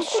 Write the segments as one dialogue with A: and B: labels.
A: 好不好？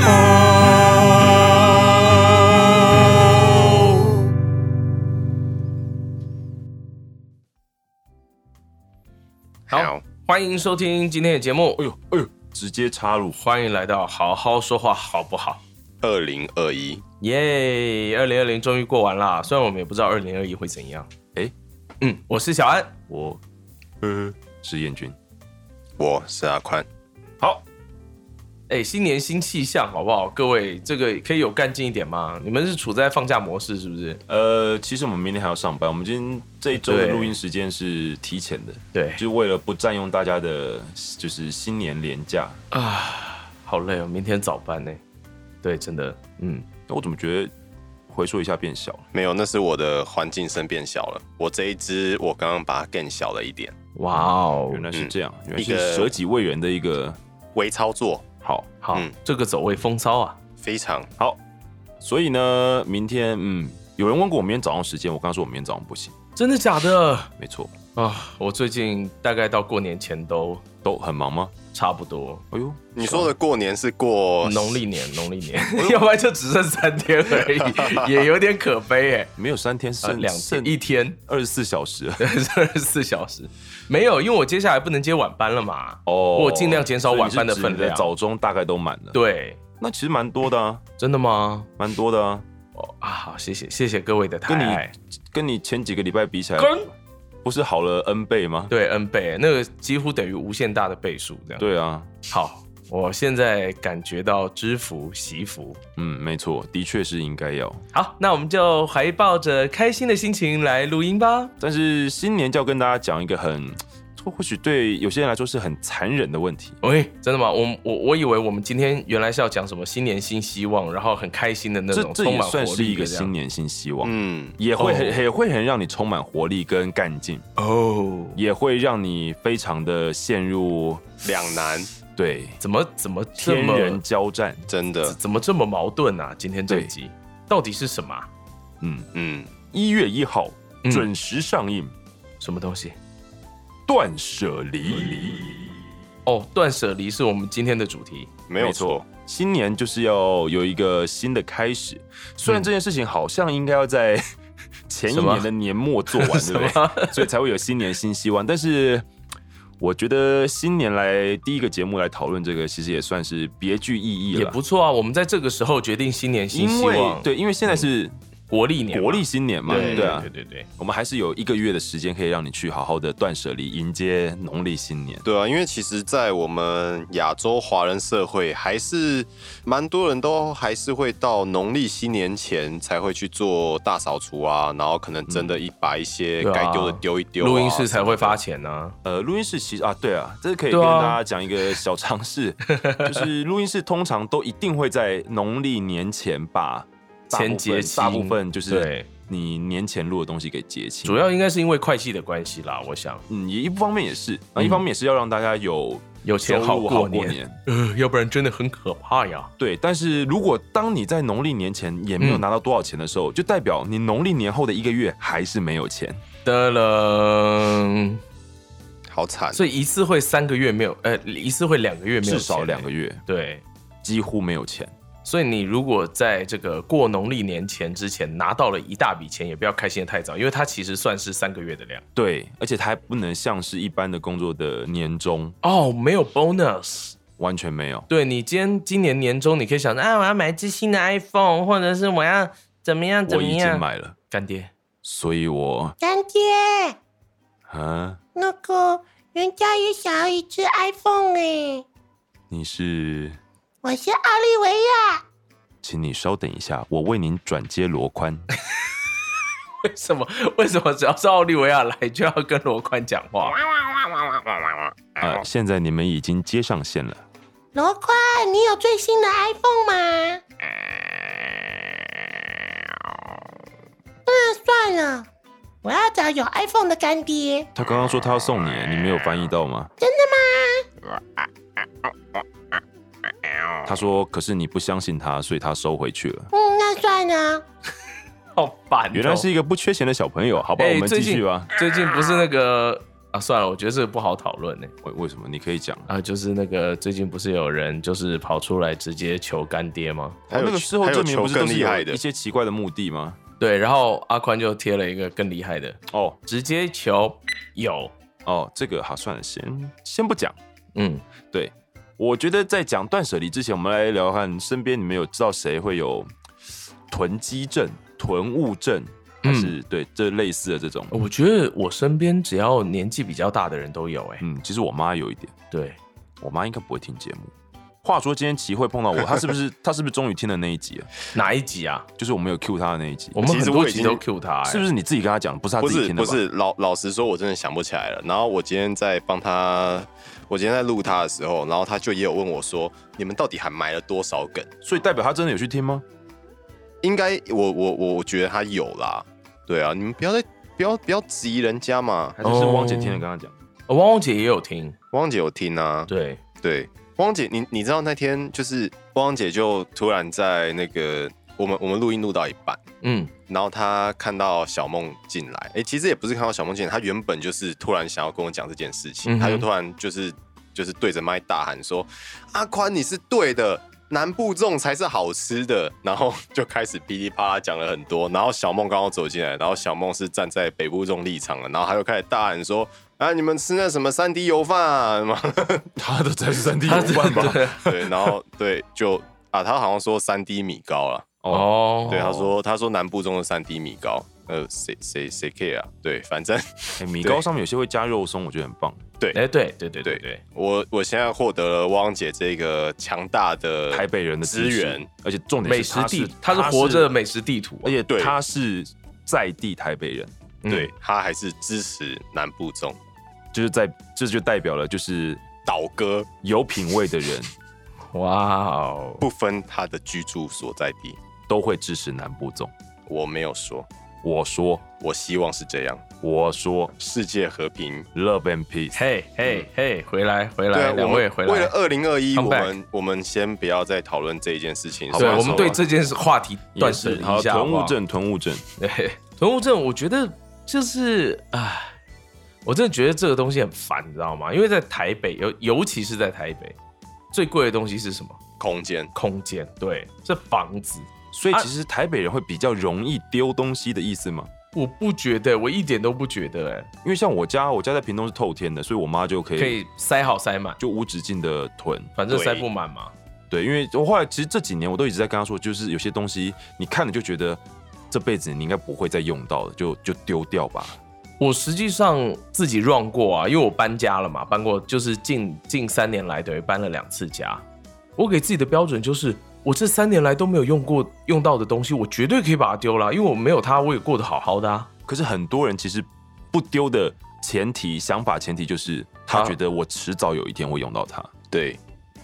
B: 好？
C: 好，欢迎收听今天的节目。哎呦，
B: 哎呦，直接插入
C: 欢迎来到好好说话，好不好？
B: 二零二一，
C: 耶！二零二零终于过完啦，虽然我们也不知道二零二一会怎样。
B: 诶
C: 嗯，我是小安。
B: 我呃是燕君，
D: 我是阿宽，
C: 好，哎，新年新气象，好不好？各位，这个可以有干劲一点吗？你们是处在放假模式，是不是？
B: 呃，其实我们明天还要上班，我们今天这一周的
C: 对
B: 录音时间是提前的，
C: 对
B: 就为了不占用大家的，就是新年连假。
C: 好累哦，明天早班呢。对，真的，嗯，
B: 我怎么觉得回溯一下变小了？
D: 没有，那是我的环境声变小了。我这一只，我刚刚把它更小了一点，
C: 哇哦，
B: 原来是这样，原来
D: 一
B: 是
D: 个
B: 舍己为人的一个
D: 微操作
B: 好
C: 好，
D: 嗯
C: 这个走位风骚啊，
D: 非常
B: 好。所以呢，明天嗯，有人问过我明天早上时间，我刚刚说我明天早上不行，
C: 真的假的啊、
B: 没错，
C: 我最近大概到过年前都
B: 都很忙吗？
C: 差不多，
B: 哎呦，
D: 你说的过年是
B: 哦
D: 过
C: 农历年，农历年， 要不然就只剩三天而已，也有点可悲哎。
B: 没有三天， 剩、
C: 呃，两
B: 剩
C: 天一天，
B: 二十四小时了
C: 二十四小时没有，因为我接下来不能接晚班了嘛。
B: 哦
C: 我尽量减少晚班的
B: 所以你
C: 分
B: 是指你
C: 量。
B: 的早中大概都满了，，
C: 对，
B: 那其实蛮多的啊，
C: 真的吗？
B: 蛮多的啊，
C: 哦啊，好，谢谢谢谢各位的抬
B: 跟你
C: 爱，
B: 跟你前几个礼拜比起来，
C: 跟
B: 不是好了 N 倍吗？
C: 对 n 倍，那个几乎等于无限大的倍数这样。，
B: 对啊，
C: 好，我现在感觉到知福惜福。
B: 嗯，没错，的确是应该要。
C: 好，那我们就怀抱着开心的心情来录音吧。
B: 但是新年就要跟大家讲一个很，或许对有些人来说是很残忍的问题。
C: 喂、真的吗？我我我以为我们今天原来是要讲什么新年新希望，然后很开心的那
B: 这
C: 种，
B: 这
C: 充
B: 也
C: 满活
B: 算
C: 力
B: 是一个
C: 的这
B: 新
C: 样
B: 年新希望，
D: 嗯，
B: 也会
C: 哦
B: 很、也会很让你充满活力跟干劲，
C: 哦。
B: 也会让你非常的陷入
D: 两难，
B: 对
C: 怎么怎么这
B: 天
C: 么
B: 人交战。
D: 真的，
C: 怎么这么矛盾啊？今天这一集到底是什么啊、
B: 嗯，
D: 嗯，
B: 一月一号
C: 嗯
B: 准时上映《
C: 什么东西？
B: 断舍离》，
C: 哦，断舍离是我们今天的主题。
D: 没有错，。
B: 新年就是要有一个新的开始，虽然
C: 嗯
B: 这件事情好像应该要在 前一
C: 什么
B: 年的年末做完， 对不对？所以才会有新年新希望。但是我觉得新年来第一个节目来讨论这个，其实也算是别具意义了，
C: 也不错啊，我们在这个时候决定新年新
B: 因
C: 希
B: 为
C: 望，
B: 对，因为现在是
C: 国历年嘛，
B: 国历新年嘛，
C: 对
B: 对啊
C: 对，对对，
B: 我们还是有一个月的时间可以让你去好好的断舍离，迎接农历新年。
D: 对啊，因为其实，在我们亚洲华人社会，还是蛮多人都还是会到农历新年前才会去做大扫除啊，然后可能真的一把一些
C: 对啊
D: 该丢的丢一丢啊，
C: 录音室才会发钱呢、啊。
B: 呃，录音室其实啊，对啊，这可以
C: 对
B: 跟
C: 啊
B: 大家讲一个小常 识，就是录音室通常都一定会在农历年前把大部分
C: 前结清
B: 大部分就是
C: 对
B: 你年前录的东西给结清。
C: 主要应该是因为会计的关系啦，我想
B: 嗯，也一方面也是，啊，一方面也是要让大家有
C: 嗯有钱
B: 收入
C: 好
B: 过
C: 过
B: 年。
C: 年呃，要不然真的很可怕呀。
B: 对，但是如果当你在农历年前也没有
C: 嗯
B: 拿到多少钱的时候，就代表你农历年后的一个月还是没有钱。
C: 的了，
D: 好惨，
C: 所以一次会三个月没有，呃，一次会两个月没有，
B: 至少两个。月
C: 对，
B: 几乎没有钱。
C: 所以你如果在这个过农历年前之前拿到了一大笔钱，也不要开心的太早，因为它其实算是三个月的量
B: 对，而且它还不能像是一般的工作的年终，
C: 哦，没有 bonus。
B: 完全没有。
C: 对你今天今年年终，你可以想着，啊，我要买一只新的 iPhone，或者是我要怎么样怎
B: 我
C: 么
B: 已经
C: 样。
B: 买了，
C: 干爹，
B: 所以我
E: 干爹，
B: 啊，
E: 那个人家也想要一只 iPhone 哎、
B: 你是，
E: 我是奥利维亚，
B: 请你稍等一下，我为您转接罗 宽。
C: 为什么为什么只要是奥利维亚来就要跟罗宽讲话？
B: 啊，现在你们已经接上线了。
E: 罗宽，你有最新的 iPhone 吗？那算了，我要找有 iPhone 的干爹。
B: 他刚刚说他要送你，你没有翻译到吗？
E: 真的
B: 他说，可是你不相信他，所以他收回去了。
E: 吗？嗯，那算了。
C: 好烦哦、
B: 原来是一个不缺钱的小朋友，好吧，
C: 哎
B: 我们
C: 最
B: 继
C: 近
B: 续吧。
C: 最近不是那个啊，算了，我觉得这个不好讨论呢。
B: 为为什么？你可以讲。
C: 啊，就是那个最近不是有人就是跑出来直接求干爹吗？
D: 还有
B: 那个时候
D: 还有
B: 证明不是
D: 求
B: 都
D: 更
B: 是
D: 厉
B: 有
D: 害的
B: 一些奇怪的目的吗？
C: 对，然后阿宽就贴了一个更厉害的，
B: 哦
C: 直接求有，
B: 哦，这个好，算了，先先不讲。
C: 嗯，
B: 对，我觉得在讲断舍离之前，我们来聊聊看身边你们有知道谁会有囤积症、囤物症，还是、
D: 嗯
B: 对这类似的这种？
C: 我觉得我身边只要年纪比较大的人都有、哎、
B: 嗯，其实我妈有一点，
C: 对，
B: 我妈应该不会听节目。话说今天齐慧碰到我，她是不 是她是不是终于听了那一集啊？
C: 哪一集啊？
B: 就是我没有 cue 她的那一集，
C: 我们
D: 其
C: 很
D: 实
C: 多
D: 我已
C: 集
D: 经
C: 都 Q 他、哎
B: 是不？是你自己跟她讲，不是她
D: 不
B: 自己
D: 是
B: 听的
D: 不
B: 吧？
D: 是，老老实说，我真的想不起来了。然后我今天在帮他，我今天在录他的时候，然后他就也有问我说，你们到底还埋了多少梗？
B: 所以代表她真的有去听吗？
D: 应该我我我我觉得他有啦，对啊，你们不要再不要不要质疑人家嘛。
B: 还是是汪姐听了跟她讲？
C: 哦汪汪姐也有听，
D: 汪姐有听啊，
C: 对，
D: 对，汪姐，你你知道那天就是汪姐就突然在那个我们我们录音录到一半，
C: 嗯，
D: 然后她看到小梦进来，哎、其实也不是看到小梦进来，她原本就是突然想要跟我讲这件事情，
C: 嗯哼
D: 她就突然就是就是对着麦大喊说：“阿宽，你是对的。”南部粽才是好吃的，然后就开始噼里啪啦讲了很多。然后小梦刚刚走进来，然后小梦是站在北部粽立场的，然后她就开始大喊说：“啊，你们吃那什么三 D 油饭 啊？”什么
B: 她的才是三 D
C: 他
B: 有关吧？
C: 对
D: 对，然后对，就啊，他好像说三 D 米糕了。
B: 哦，
C: 哦，
D: 对，他说他说南部中的三 D 米糕，呃，谁谁谁 care 啊？对，反正
B: 哎米糕上面有些会加肉松，我觉得很棒。
C: 哎、对对对对
D: 对
C: 对，
D: 我我现在获得了汪姐这个强大的
B: 台北人的
D: 资
B: 识
D: 源，，
B: 而且重点
C: 美
B: 是
C: 食
B: 她
C: 地
B: 是，
C: 他是
B: 她
C: 活着的美食地图啊、
B: 而且
D: 对
B: 他是在地台北人，
C: 嗯
D: 对他还是支持南部中
B: 就是在这就代表了就是
D: 倒戈，
B: 有品味的人
C: 哇哦，
D: 不分他的居住所在地。
B: 都会支持南部粽。
D: 我没有说，
B: 我说，
D: 我希望是这样，
B: 我说
D: 世界和平。
B: ，love and peace。
C: 嘿嘿嘿，回来回
D: 嗯对
C: 来，
D: 啊，我
C: 两位
D: 们
C: 回
D: 为了
C: 来。
D: 二零二一，
C: Come
D: 我们我们先不要再讨论这一件事情。
C: 对，
D: 吧
C: 我们对这件事话题断舍
B: 也是
C: 离
B: 好，
C: 一下，
B: 囤
C: 好不
B: 物
C: 好
B: 症，囤物症，
C: 对，囤物症，我觉得 就是唉，我真的觉得这个东西很烦，你知道吗？因为在台北，尤尤其是在台北，最贵的东西是什么？
D: 空间，
C: 空间，对，是房子。
B: 所以其实台北人会比较容易丢东西的意思嘛。
C: 我不觉得，我一点都不觉得、哎，
B: 因为像我家，我家在屏东是透天的，所以我妈就可以
C: 可以塞好塞满，
B: 就无止境的囤。
C: 反正
D: 对
C: 塞不满嘛。
B: 对，因为我后来其实这几年我都一直在跟她说，就是有些东西你看了就觉得这辈子你应该不会再用到了，就就丢掉吧。
C: 我实际上自己 run 过啊，因为我搬家了嘛，搬过就是近近三年来等于搬了两次家。我给自己的标准就是，我这三年来都没有用过用到的东西，我绝对可以把它丢了，因为我没有它，我也过得好好的啊。
B: 可是很多人其实不丢的前提想法前提就是他
C: 啊
B: 觉得我迟早有一天会用到它，
D: 对，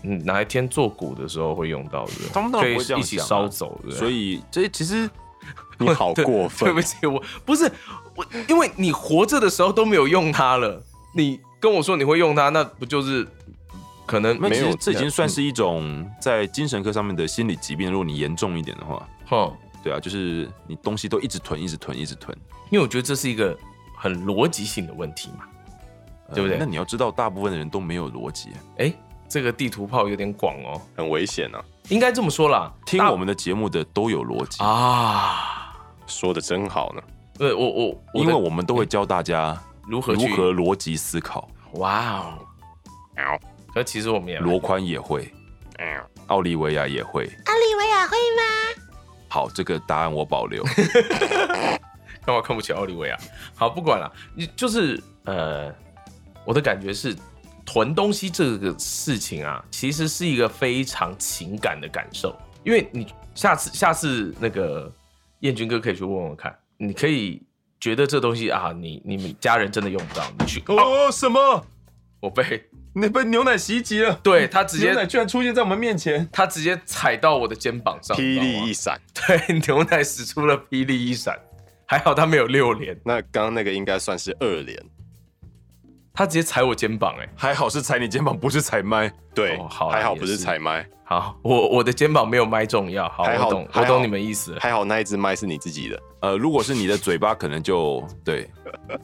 C: 嗯，哪一天做鼓的时候会用到的，
B: 他们当
C: 可
B: 然
C: 以
B: 不会这样想啊
C: 一起烧走的。
B: 所以这其实
D: 你好
C: 对
D: 过
C: 对
D: 分
C: 不，起，我不是我，因为你活着的时候都没有用它了，你跟我说你会用它，那不就是可能
B: 那其
D: 没
B: 实
D: 有
B: 这已经
C: 嗯
B: 算是一种在精神科上面的心理疾病。如果你严重一点的话，
C: 嗯哼？
B: 对啊，就是你东西都一直囤，一直囤，一直囤，
C: 因为我觉得这是一个很逻辑性的问题嘛。
B: 呃
C: 对不对
B: 那你要知道，大部分的人都没有逻辑。
C: 哎，这个地图炮有点广哦，
D: 很危险啊！
C: 应该这么说啦。
B: 听
C: 大
B: 我们的节目的都有逻辑，
C: 啊，
D: 说的真好 呢。
C: 对呃我我我
B: 因
C: 的
B: 为我们嗯都会教大家
C: 如何
B: 如
C: 去
B: 何逻辑思考。
C: 哇哦，可其实我们也
B: 罗宽也会，奥利维亚也会。
E: 阿里维亚会吗？
B: 好，这个答案我保留。
C: 干嘛看不起奥利维亚？ 好，不管了，你就是呃，我的感觉是囤东西这个事情啊，其实是一个非常情感的感受，因为你下次下次那个燕军哥可以去问问看，你可以觉得这东西啊，你你们家人真的用不到，你去哦，
B: 哦，什么？
C: 我被
B: 那杯牛奶袭击了，
C: 对他直
B: 牛奶
C: 接
B: 居然出现在我们面前。
C: 他直接踩到我的肩膀上，
D: 霹雳
C: 你
D: 一闪，
C: 知道吗对，牛奶使出了霹雳一闪，还好他没有六连，
D: 那刚刚那个应该算是二连，
C: 他直接踩我肩膀、欸，哎，
B: 还好是踩你肩膀，不是踩麦。
D: 对，
C: 哦好啦
D: 还好不
C: 也
D: 是
C: 是
D: 踩麦，
C: 好，我我的肩膀没有麦重要，好，
D: 还好
C: 我懂，
D: 还
C: 我
D: 好
C: 懂你们意思了。
D: 还好那一只麦是你自己的。
B: 呃，如果是你的嘴巴，可能就对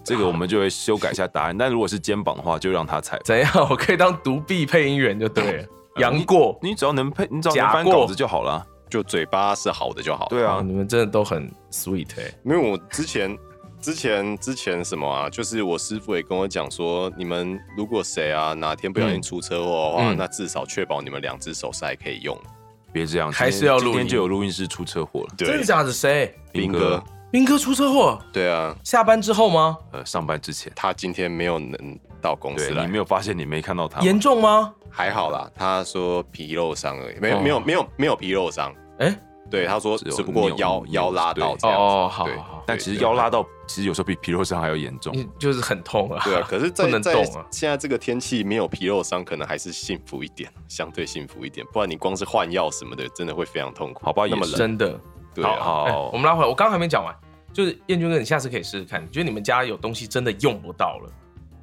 B: 这个我们就会修改一下答案。但如果是肩膀的话，就让他踩。
C: 怎样？ 我可以当独臂配音员就对 了。杨过，
B: 你只要能配，你只要能
C: 假
B: 翻
C: 过
B: 稿子就好了。
D: 就嘴巴是好的就好。，
B: 对
C: 哦
B: 啊，
C: 你们真的都很 sweet 哎、
D: 因为我之前、之前、之前什么啊，就是我师傅也跟我讲说，你们如果谁啊哪天不小心出车祸的话，
C: 嗯
D: 那至少确保你们两只手是还可以用的。
B: 别这样，
C: 还是
B: 今天
C: 要录
B: 今天
C: 音
B: 就有录音师出车祸了。
C: 真的假的？谁？
D: 兵
B: 哥
D: 哥，
C: 明哥出车祸，
D: 对啊，
C: 下班之后吗？
B: 呃，上班之前，
D: 他今天没有能到公
B: 对
D: 司
B: 你
D: 来
B: 没，有发现你没看
D: 啊
B: 到他吗，
C: 严重吗？
D: 还好啦。他说皮肉伤而已，没有、
C: 哦
D: 没有没有没有皮肉伤。
C: 哎、
D: 对，他说
B: 只有
D: 只不过
B: 扭
D: 腰腰拉到
B: 对
D: 这样子。
C: 哦好
D: 对
C: 好好
B: 但其实
D: 对
B: 腰拉到，其实有时候比皮肉伤还要严重。
C: 你就是很痛啊。
D: 对啊，可是在，
C: 不
D: 在
C: 能动啊。
D: 现在这个天气，没有皮肉伤，可能还是幸福一点， 相对幸福一点。不然你光是换药什么的，真的会非常痛苦。
B: 好吧
D: 那么
B: 也是
D: 冷，
C: 真的。
D: 对
B: 好
D: 啊，
C: 哎、
B: 好
C: 我，们拉回来，我刚刚还没讲完，就是燕君哥，你下次可以试试看，觉得你们家有东西真的用不到了，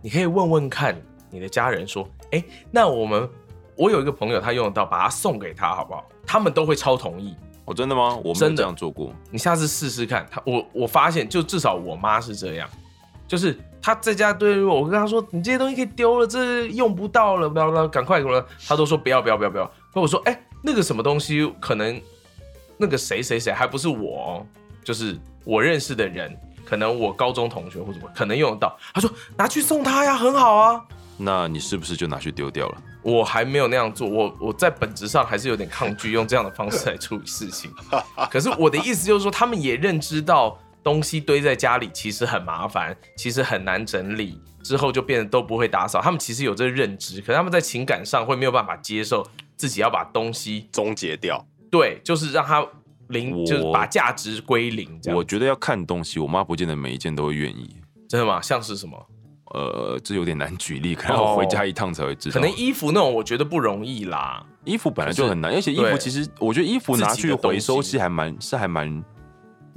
C: 你可以问问看你的家人说，哎、那我们我有一个朋友他用得到，把它送给他好不好？他们都会超同意。
B: 哦，真的吗？我没有
C: 真的
B: 这样做过。
C: 你下次试试看。他我我发现，就至少我妈是这样，就是她在家对我，我跟她说，你这些东西可以丢了，这用不到了，不要不要，赶快给我。她都说不要不要不要不要。跟我说，哎、那个什么东西，可能那个谁谁谁，还不是我哦，就是我认识的人，可能我高中同学或什么，可能用得到。她说拿去送他呀，很好啊。
B: 那你是不是就拿去丢掉了？
C: 我还没有那样做，我我在本质上还是有点抗拒用这样的方式来处理事情。 可是我的意思就是说，他们也认知到东西堆在家里其实很麻烦，其实很难整理，之后就变得都不会打扫。他们其实有这个认知，可是他们在情感上会没有办法接受自己要把东西
D: 终结掉。
C: 对，就是让它零，
B: 我
C: 就是把价值归零。这样
B: 我觉得要看东西，我妈不见得每一件都会愿意。
C: 真的吗？像是什么？
B: 呃，这有点难举例，可能我回家一趟才会知道。
C: 哦可能衣服那种，我觉得不容易啦。
B: 衣服本来就很难，而且衣
C: 对
B: 服其实我觉得衣服拿
C: 自己
B: 去
C: 的东西
B: 回收是还蛮是还蛮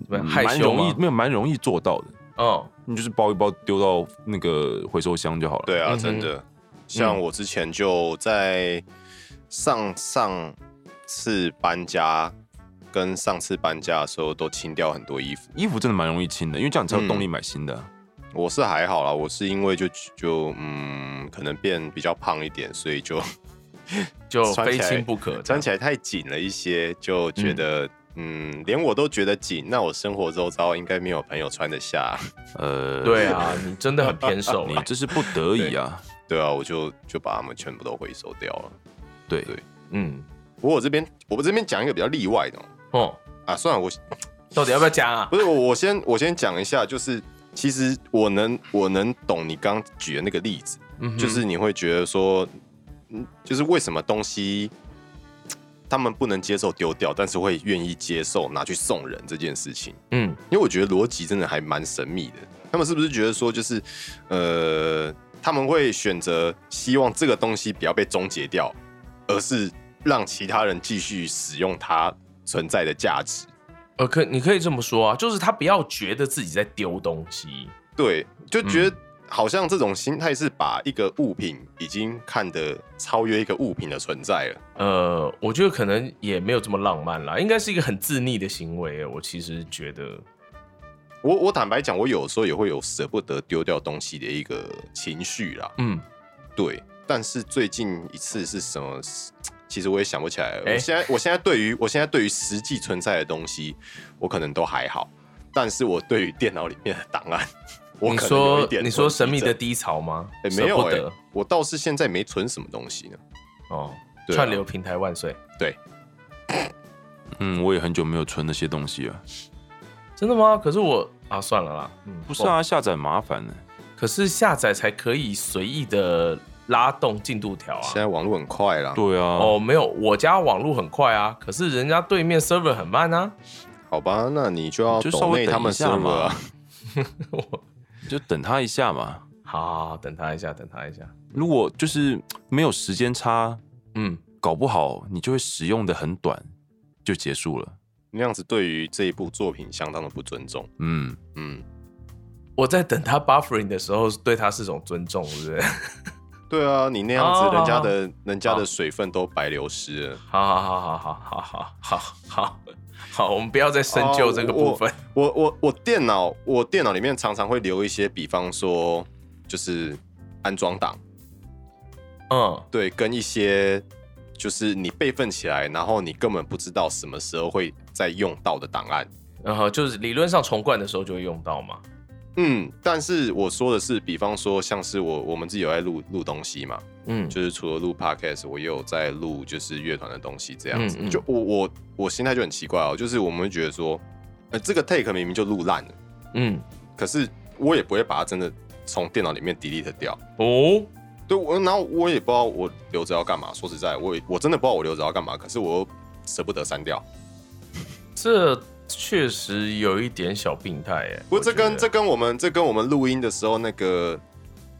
C: 对
B: 嗯
C: 害
B: 蛮
C: 羞
B: 容
C: 吗
B: 易？没有蛮容易做到的。
C: 嗯，
B: 你就是包一包丢到那个回收箱就好了。，
D: 对啊，
C: 嗯哼
D: 真的。像我之前就在上上次搬家跟上次搬家的时候，都清掉很多衣服。
B: 衣服真的蛮容易清的，因为这样你才
C: 嗯
B: 有动力买新的啊。
D: 我是还好啦，我是因为就就嗯，可能变比较胖一点，所以就
C: 就
D: 穿
C: 哦非
D: 起来
C: 亲不可。
D: 穿起来太紧了一些，就觉得嗯连我都觉得紧，那我生活周遭应该没有朋友穿得下，
B: 呃，
C: 对，啊， 你真的很偏手
B: 你
C: 欸。
B: 这是不得已啊。
D: 对啊，我就就把它们全部都回收掉了。
B: 对，
D: 对
C: 嗯，
D: 不过我这边我这边讲一个比较例外的哦
C: 哦，
D: 啊，算了，我
C: 到底要不要加啊？
D: 不是我我先我先讲一下，就是其实我能我能懂你刚举的那个例子，
C: 嗯哼
D: 就是你会觉得说，嗯，就是为什么东西他们不能接受丢掉，但是会愿意接受拿去送人这件事情。
C: 嗯，
D: 因为我觉得逻辑真的还蛮神秘的。他们是不是觉得说，就是呃，他们会选择希望这个东西不要被终结掉，而是让其他人继续使用它存在的价值？
C: 呃，可你可以这么说啊，就是他不要觉得自己在丢东西，
D: 对，就觉得好像这种心态是把一个物品已经看得超越一个物品的存在了。
C: 呃，我觉得可能也没有这么浪漫啦，应该是一个很自溺的行为。欸我其实觉得，
D: 我我坦白讲，我有时候也会有舍不得丢掉东西的一个情绪啦。
C: 嗯，
D: 对，但是最近一次是什么？其实我也想不起来了。
C: 哎
D: 我现在，我现在对于我现在对于实际存在的东西，我可能都还好，但是我对于电脑里面的档案，我
C: 你
D: 可能有一
C: 说
D: 点
C: 你
D: 囤
C: 说
D: 积
C: 神秘的
D: 症、
C: 低潮吗？
D: 哎没有
C: 舍不
D: 哎、
C: 得
D: 我倒是现在没存什么东西呢。
C: 哦，
D: 对啊
C: 串流平台万岁，
D: 对，
B: 嗯，我也很久没有存那些东西了。
C: 真的吗？可是我啊，算了啦，嗯，
B: 不是啊，下载麻烦呢。
C: 哦，可是下载才可以随意的拉动进度条
D: 现
C: 啊。
D: 在网络很快啦，
B: 对啊，
C: 哦，没有，我家网络很快啊，可是人家对面 server 很慢啊。
D: 好吧，那你就要
B: 就稍
D: 抖
B: 微
D: 内他
B: 等一
D: 们
B: 下
D: server
B: 嘛
D: 啊，
C: 我
B: 就等他一下嘛。
C: 好好好，等他一下，等他一下。
B: 如果就是没有时间差，
C: 嗯，
B: 搞不好你就会使用的很短就结束了。
D: 那样子对于这一部作品相当的不尊重。
B: 嗯，
D: 嗯，
C: 我在等他 buffering 的时候，对他是种尊重，是不是？
D: 对啊，你那样子，人家
C: 哦
D: 的人家
C: 好
D: 的水分都白流失了。
C: 好好好好好好好好好，我们不要再深究这个部分。
D: 我我我电脑我电脑里面常常会留一些，比方说就是安装档，
C: 嗯，
D: 对，跟一些就是你备份起来，然后你根本不知道什么时候会再用到的档案。
C: 然后就是理论上重灌的时候就会用到嘛。
D: 嗯，但是我说的是，比方说像是我我们自己有在录录东西嘛，
C: 嗯，
D: 就是除了录 podcast，我也有在录就是乐团的东西这样子。
C: 嗯嗯
D: 就我我我心态就很奇怪哦，就是我们会觉得说，呃，这个 take 明明就录烂了，
C: 嗯，
D: 可是我也不会把它真的从电脑里面 delete 掉。
C: 哦，
D: 对，我然后我也不知道我留着要干嘛。说实在，我也我真的不知道我留着要干嘛，可是我又舍不得删掉。
C: 这确实有一点小病态耶。
D: 不过这跟
C: 我觉得
D: 这跟我们这跟我们录音的时候那个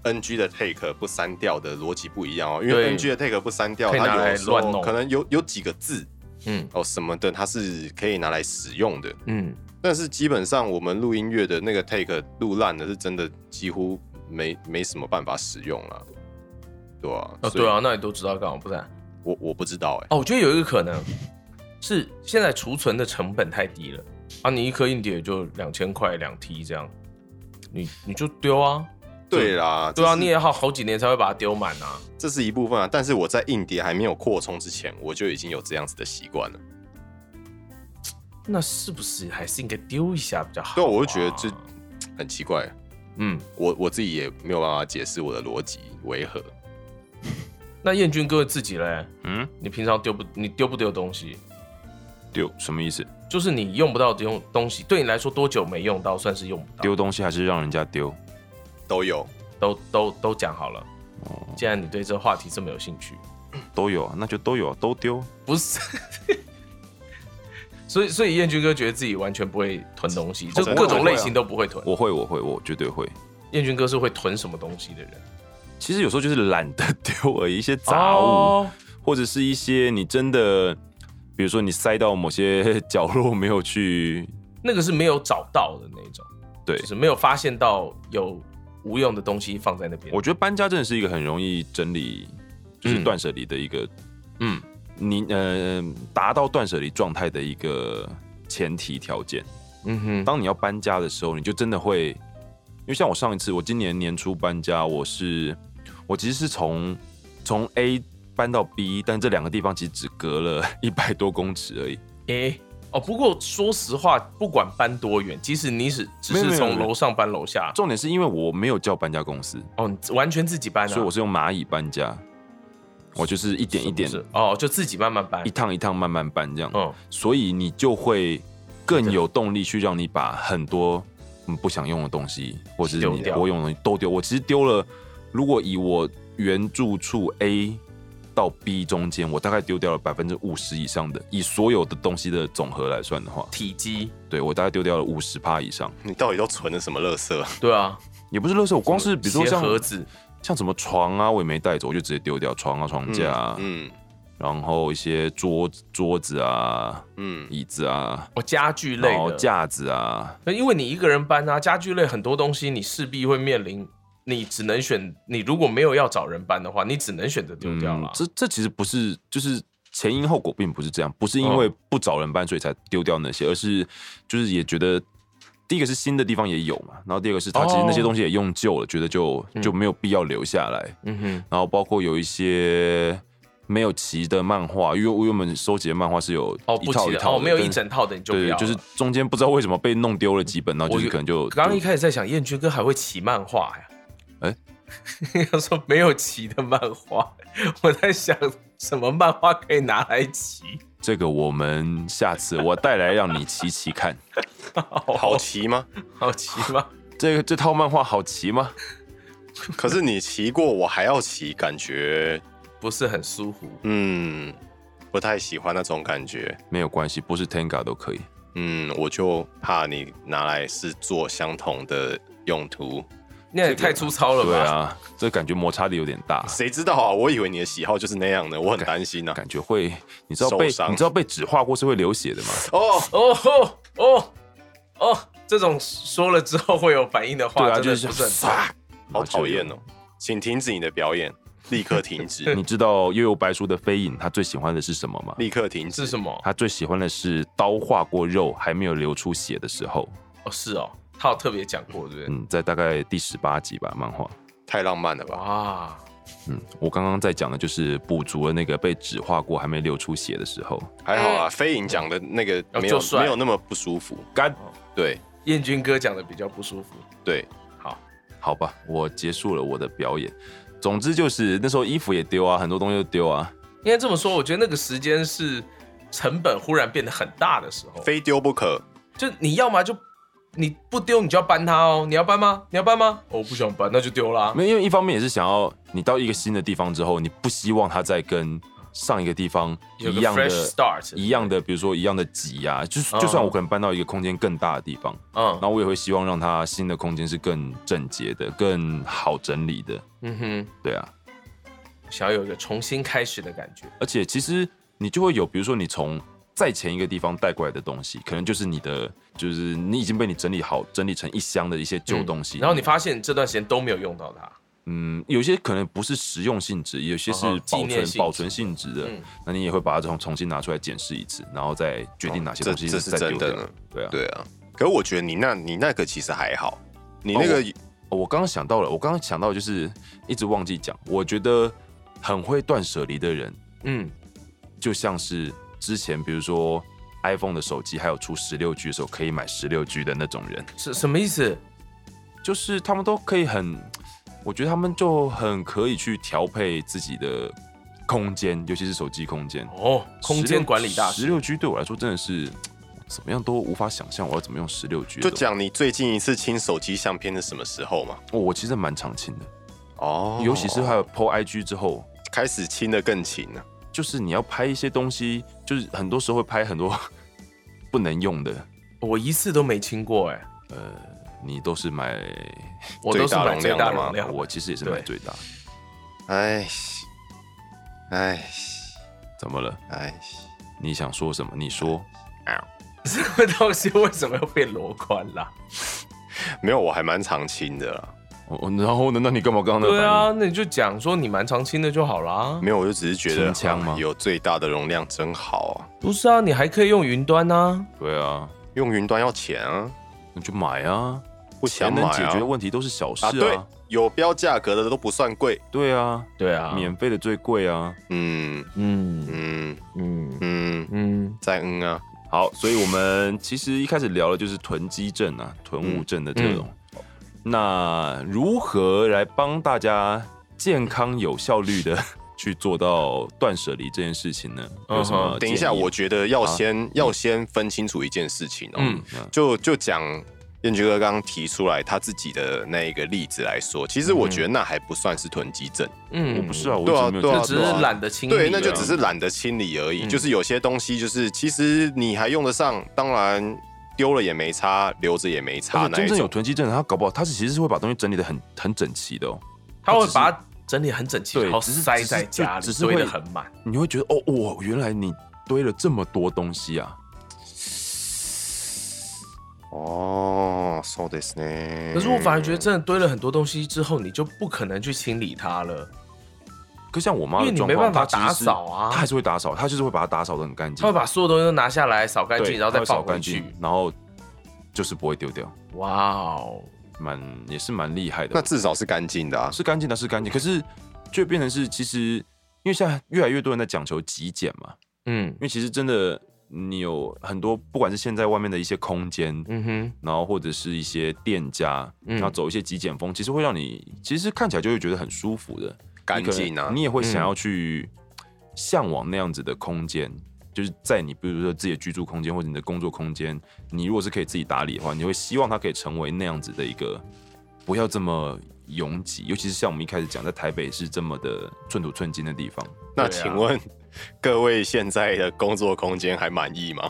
D: NG 的 take 不删掉的逻辑不一样哦，因
C: 对
D: 为 NG 的 take 不删掉，
C: 可以拿
D: 它有
C: 来
D: 的时
C: 乱弄
D: 候可能有有几个字
C: 嗯
D: 哦什么的，它是可以拿来使用的。
C: 嗯，
D: 但是基本上我们录音乐的那个 take 录烂的是真的几乎没没什么办法使用了，对啊，
C: 哦
D: 所以
C: 对啊，那你都知道干嘛不然？
D: 我我不知道哎、
C: 哦，我觉得有一个可能是现在储存的成本太低了啊，你一颗硬碟就两千块两 T 这样，你你就丢啊，
D: 对啦，
C: 对啊，
D: 这是
C: 你也要好几年才会把它丢满啊。
D: 这是一部分啊，但是我在硬碟还没有扩充之前，我就已经有这样子的习惯了。
C: 那是不是还是应该丢一下比较好、啊？
D: 对啊，我就觉得这很奇怪，
C: 嗯，
D: 我我自己也没有办法解释我的逻辑为何。
C: 那燕君哥自己嘞，
B: 嗯，
C: 你平常丢不你丢不丢东西？
B: 丢什么意思？
C: 就是你用不到的用东西，对你来说多久没用到算是用不到？
B: 丢东西还是让人家丢？
D: 都有，
C: 都都都讲好了。既然你对这话题这么有兴趣，
B: 都有啊，那就都有啊，都丢。
C: 不是？ 所以所以燕君哥觉得自己完全不会囤东西，就
D: 真的
C: 各种
D: 我会
C: 类
D: 啊
C: 型都不会囤。
B: 哦我会，我会，我绝对会。
C: 燕君哥是会囤什么东西的人？
B: 其实有时候就是懒得丢而已，一些杂物，
C: 哦
B: 或者是一些你真的，比如说你塞到某些 角落没有去，
C: 那个是没有找到的那种，
B: 对
C: 就是没有发现到有无用的东西放在那边。
B: 我觉得搬家真的是一个很容易整理，就是断舍离的一个，
C: 嗯，
B: 你呃达到断舍离状态的一个前提条件。
C: 嗯哼，
B: 当你要搬家的时候，你就真的会，因为像我上一次，我今年年初搬家，我是我其实是从从 A 搬到 B，但这两个地方其实只隔了 一百多公尺而已。
C: 诶、哦，不过说实话，不管搬多远，即使你是只
B: 没有没
C: 是
B: 有
C: 从
B: 没有
C: 楼上搬楼下，
B: 重点是因为我没有叫搬家公司，
C: 哦，你完全自己搬啊，
B: 所以我是用蚂蚁搬家，我就是一点一点
C: 是、哦，就自己慢慢搬
B: 一。趟一趟慢慢搬这样，
C: 嗯，
B: 所以你就会更有动力去让你把很多嗯不想用的东西，或是
C: 丢
B: 你
C: 掉
B: 不会用的东西都丢。我其实丢了，如果以我原住处 A 到 B 中间，我大概丢掉了百分之五十以上的，以所有的东西的总和来算的话，
C: 体积，
B: 对我大概丢掉了五十趴以上，
D: 你到底都存了什么垃圾？
C: 对啊，
B: 也不是垃圾，我光是比如说
C: 鞋
B: 像
C: 盒子，
B: 像什么床啊，我也没带走，我就直接丢掉床啊、床架啊，
D: 嗯
B: 然后一些桌桌子啊、
D: 嗯，
B: 椅子啊，
C: 哦，家具类
B: 然后
C: 的，
B: 架子啊，
C: 那因为你一个人搬啊，家具类很多东西你势必会面临，你只能选，你如果没有要找人搬的话，你只能选择丢掉了、
B: 嗯这这其实不是，就是前因后果并不是这样，不是因为
C: 嗯
B: 不找人搬所以才丢掉那些，而是就是也觉得。第一个是新的地方也有嘛，然后第二个是他其实那些
C: 哦
B: 东西也用旧了，觉得就就没有必要留下来。
C: 嗯哼，
B: 然后包括有一些没有齐的漫画，因为我原本收集的漫画是有
C: 哦，
B: 一
C: 不
B: 套
C: 急
B: 一
C: 的，
B: 套的
C: 哦，没有
B: 但
C: 一整套的你就不
B: 对
C: 要，
B: 就是。中间不知道为什么被弄丢了几本，然后就是
C: 我
B: 可能就
C: 刚刚一
B: 就
C: 开始在想，燕君哥还会骑漫画呀？嗯
B: 哎
C: 他说没有骑的漫画， 我在想什么漫画可以拿来骑？
B: 这个我们下次我带来让你骑骑看，
D: 好骑吗？
C: 好骑吗？
B: 这个这套漫画好骑吗？
D: 可是你骑过，我还要骑，感觉
C: 不是很舒服。
D: 嗯不太喜欢那种感觉。
B: 没有关系，不是 Tenga 都可以。
D: 嗯，我就怕你拿来是做相同的用途。
C: 那也太粗糙了吧？
B: 对啊，这感觉摩擦力有点大，
D: 谁知道啊？我以为你的喜好就是那样的，我很担心啊。
B: 感觉会，你知道被
D: 受伤
B: 你知道被纸划过是会流血的吗？
D: 哦，
C: 哦吼哦哦，这种说了之后会有反应的话，
B: 对啊，
C: 真
B: 就
C: 的
B: 是
C: 不是很
B: 唰
D: 好讨厌哦！请停止你的表演，立刻停止
B: 你，知道悠悠白书的飞影他最喜欢的是什么吗？
D: 立刻停止。
C: 是什么？
B: 他最喜欢的是刀划过肉还没有流出血的时候。
C: 哦，是哦，他有特别讲过，对不对？
B: 嗯，在大概第十八集吧，漫画。
D: 太浪漫了吧？
C: 哇，
B: 嗯，我刚刚在讲的就是补足了那个被纸划过还没流出血的时候。
D: 还好啊，飞影讲的那个
C: 哦
D: 没
C: 就
D: 有
C: 帅
D: 没有那么不舒服。
B: 干，
D: 对
C: 燕军哥讲的比较不舒服。
D: 对，
C: 好，
B: 好吧，我结束了我的表演。总之就是那时候衣服也丢啊，很多东西都丢啊。
C: 应该这么说，我觉得那个时间是成本忽然变得很大的时候，
D: 非丢不可。
C: 就你要么就你不丢，你就要搬它哦。你要搬吗？你要搬吗？哦我不想搬，那就丢啦。
B: 没有，因为一方面也是想要你到一个新的地方之后，你不希望它再跟上一个地方
C: 有
B: 一
C: 个
B: 样的
C: fresh start
B: 一样的，比如说一样的挤啊。就
C: 嗯
B: 就算我可能搬到一个空间更大的地方，
C: 嗯
B: 然，后我也会希望让它新的空间是更整洁的、更好整理的。
C: 嗯哼，
B: 对啊，
C: 想要有一个重新开始的感觉。
B: 而且其实你就会有，比如说你从再前一个地方带过来的东西，可能就是你的，就是你已经被你整理好、整理成一箱的一些旧东西。
C: 嗯然后你发现这段时间都没有用到它，
B: 嗯，有些可能不是实用性质，有些是
C: 哦纪
B: 保
C: 念
B: 存
C: 性质
B: 保存性质的
C: 嗯，
B: 那你也会把它重重新拿出来检视一次，然后再决定哪些
D: 哦这
B: 东西
D: 这是
B: 再丢
D: 真的
B: 掉
D: 呢。
B: 对啊，
D: 对啊，可我觉得你那你那个其实还好，你那
B: 哦
D: 个
B: 哦我刚刚想到了，我刚刚想到就是一直忘记讲，我觉得很会断舍离的人，
C: 嗯，
B: 就像是之前比如说 iPhone 的手机还有出十六 G 的时候，可以买十六 G 的那种人。
C: 是什么意思？
B: 就是他们都可以很，我觉得他们就很可以去调配自己的空间，尤其是手机空间。
C: 哦，空间管理大
B: 十
C: 师，
B: 六 G 对我来说真的是怎么样都无法想象，我要怎么用十六 G
D: 就
B: 的东西。
D: 讲你最近一次清手机相片是什么时候嘛？
B: 哦我其实蛮常清的，
D: 哦，
B: 尤其是还有 PO IG 之后，
D: 开始清的更勤了。
B: 就是你要拍一些东西，就是很多时候会拍很多 不能用的，
C: 我一次都没清过哎、
B: 你都是买，
C: 我都是买最
D: 最
C: 大
D: 大
C: 容
D: 容
C: 量的。
B: 我其实也是买
C: 对
B: 最大的。
D: 哎，哎，
B: 怎么了？
D: 哎，
B: 你想说什么？你说。
C: 这个东西为什么要变裸宽啦？
D: 没有，我还蛮常清的啊啦。
B: 我、哦、然嗯后呢？那你干嘛刚刚 那个
C: 对
B: 反应
C: 啊，那你就讲说你蛮常清的就好啦。
D: 没有，我就只是觉得
B: 清腔吗
D: 啊有最大的容量真好啊。
C: 不是啊，你还可以用云端啊。
B: 对啊，
D: 用云端要钱啊，
B: 那就买啊。
D: 不想
B: 钱
D: 买
B: 能
D: 啊。
B: 解决的问题都是小事
D: 啊，对，有标价格的都不算贵。
B: 对啊，
C: 对啊，
B: 免费的最贵啊。
D: 嗯
C: 嗯
D: 嗯
C: 嗯
D: 嗯，
C: 嗯，
D: 再嗯啊，
B: 好，所以我们其实一开始聊的就是囤积症啊、囤物症的这种。那如何来帮大家健康有效率的去做到断舍离这件事情呢？有什
C: 嗯
B: 么
C: 哼
D: 等
B: 建议吗？啊嗯
D: 一下，我觉得要先要先分清楚一件事情哦。
C: 嗯
D: 就就讲燕居哥刚刚提出来他自己的那一个例子来说，其实我觉得那还不算是囤积症，
C: 嗯，
B: 我不是啊，我
D: 对啊
B: 一直没有
D: 对啊
C: 那
B: 做
C: 只是懒得清理而已。啊
D: 对，那就只是懒得清理而已。
C: 嗯
D: 就是有些东西，就是其实你还用得上，当然丢了也没差，留着也没差
B: 而且
D: 那
B: 真
D: 一
B: 正有
D: 种。
B: 囤积症的人，他搞不好他是其实是会把东西整理的很很整齐的哦。
C: 他会把它整理很整齐，
B: 对
C: 然后
B: 只是
C: 塞在
B: 只是
C: 家里，
B: 只是会
C: 堆得很满。
B: 你会觉得哦，我原来你堆了这么多东西啊。
D: 哦，そうですね。
C: 可是我反而觉得，真的堆了很多东西之后，你就不可能去清理它了。
B: 可像我妈
C: 因为
B: 的
C: 你
B: 状
C: 没
B: 况，
C: 办法
B: 她其实是
C: 打扫啊
B: 她还是会打扫，她就是会把它打扫的很干净，
C: 他会把所有东西都拿下来扫干
B: 对
C: 净，然后
B: 她
C: 再
B: 会扫
C: 放回
B: 干
C: 去
B: 净。，然后就是不会丢掉，
C: 哇哦，
B: 蛮也是蛮厉害的。
D: 那至少是干净的啊。
B: 是干净的，是干净，可是就变成是其实，因为现在越来越多人在讲求极简嘛，
C: 嗯
B: 因为其实真的你有很多，不管是现在外面的一些空间，
C: 嗯哼，
B: 然后或者是一些店家，
C: 嗯
B: 然后走一些极简风，其实会让你其实看起来就会觉得很舒服的，
D: 干
B: 你可能
D: 净啊
B: 你也会想
C: 嗯
B: 要去向往那样子的空间。就是在你比如说自己的居住空间或者你的工作空间，你如果是可以自己打理的话，你会希望它可以成为那样子的一个，不要这么拥挤，尤其是像我们一开始讲，在台北是这么的寸土寸金的地方，
D: 那
C: 对啊
D: 请问各位现在的工作空间还满意吗？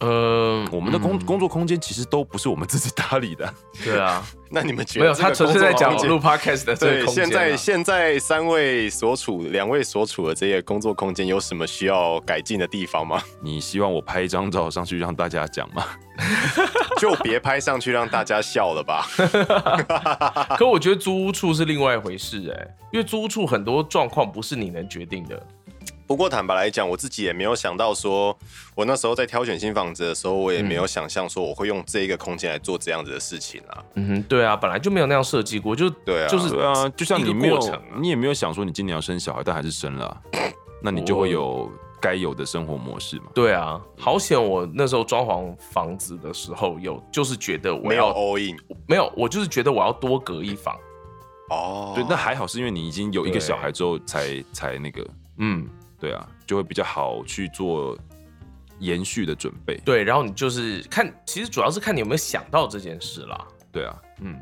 C: 呃，
B: 我们的工、工作空间其实都不是我们自己打理的，
C: 对啊，
D: 那你们觉
C: 没
D: 得
C: 有，
D: 这个
C: 他纯粹
D: 工作
C: 在讲
D: 空间
C: 录 podcast 的这
D: 对
C: 个，空间
D: 现
C: 啊。
D: 在现在三位所处、两位所处的这些工作空间有什么需要改进的地方吗？
B: 你希望我拍一张照上去让大家讲吗？
D: 就别拍上去让大家笑了吧。
C: 可我觉得租屋处是另外一回事哎、因为租屋处很多状况不是你能决定的。
D: 不过坦白来讲，我自己也没有想到说，我那时候在挑选新房子的时候，我也没有想象说我会用这一个空间来做这样子的事情啊。
C: 嗯哼，对啊，本来就没有那样设计过，就
D: 对啊
C: 就是
B: 对啊，就像
C: 一
B: 你
C: 个
B: 没有
C: 过程啊。
B: 你也没有想说你今年要生小孩，但还是生了啊、那你就会有该有的生活模式嘛。
C: 对啊，好险！我那时候装潢房子的时候有，就是觉得嗯我
D: 没有哦
C: 要
D: all in
C: 没有，我就是觉得我要多隔一房。
D: 哦，
B: 对，那还好是因为你已经有一个
C: 对
B: 小孩之后才才那个，
C: 嗯，
B: 对啊，就会比较好去做延续的准备。
C: 对，然后你就是看，其实主要是看你有没有想到这件事啦。
B: 对啊，嗯。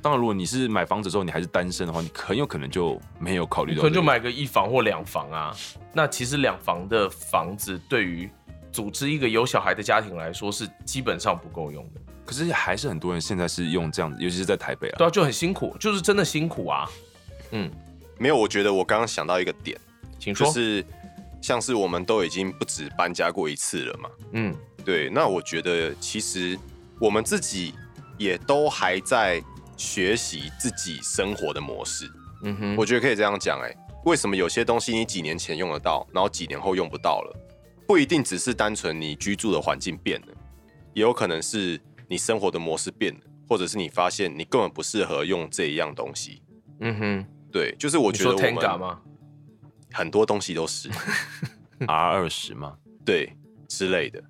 B: 当然，如果你是买房子之后你还是单身的话，你很有可能就没有考虑
C: 你
B: 到、
C: 可能就。买个一房或两房啊。那其实两房的房子对于组织一个有小孩的家庭来说是基本上不够用的。
B: 可是还是很多人现在是用这样子，尤其是在台北啊。
C: 对啊，就很辛苦，就是真的辛苦啊。
D: 没有，我觉得我刚刚想到一个点，
C: 请说，
D: 就是像是我们都已经不止搬家过一次了嘛。
C: 嗯，
D: 对，那我觉得其实我们自己也都还在学习自己生活的模式。
C: 嗯哼，
D: 我觉得可以这样讲，哎，为什么有些东西你几年前用得到，然后几年后用不到了？不一定只是单纯你居住的环境变了，也有可能是你生活的模式变了，或者是你发现你根本不适合用这一样东西。
C: 嗯哼，
D: 对，就是我
C: 你
D: 觉
C: 说
D: 得
C: Tenga
D: 我们
C: 吗？
D: 很多东西都是
C: 啊
B: R 二十嘛，
D: 对之类的，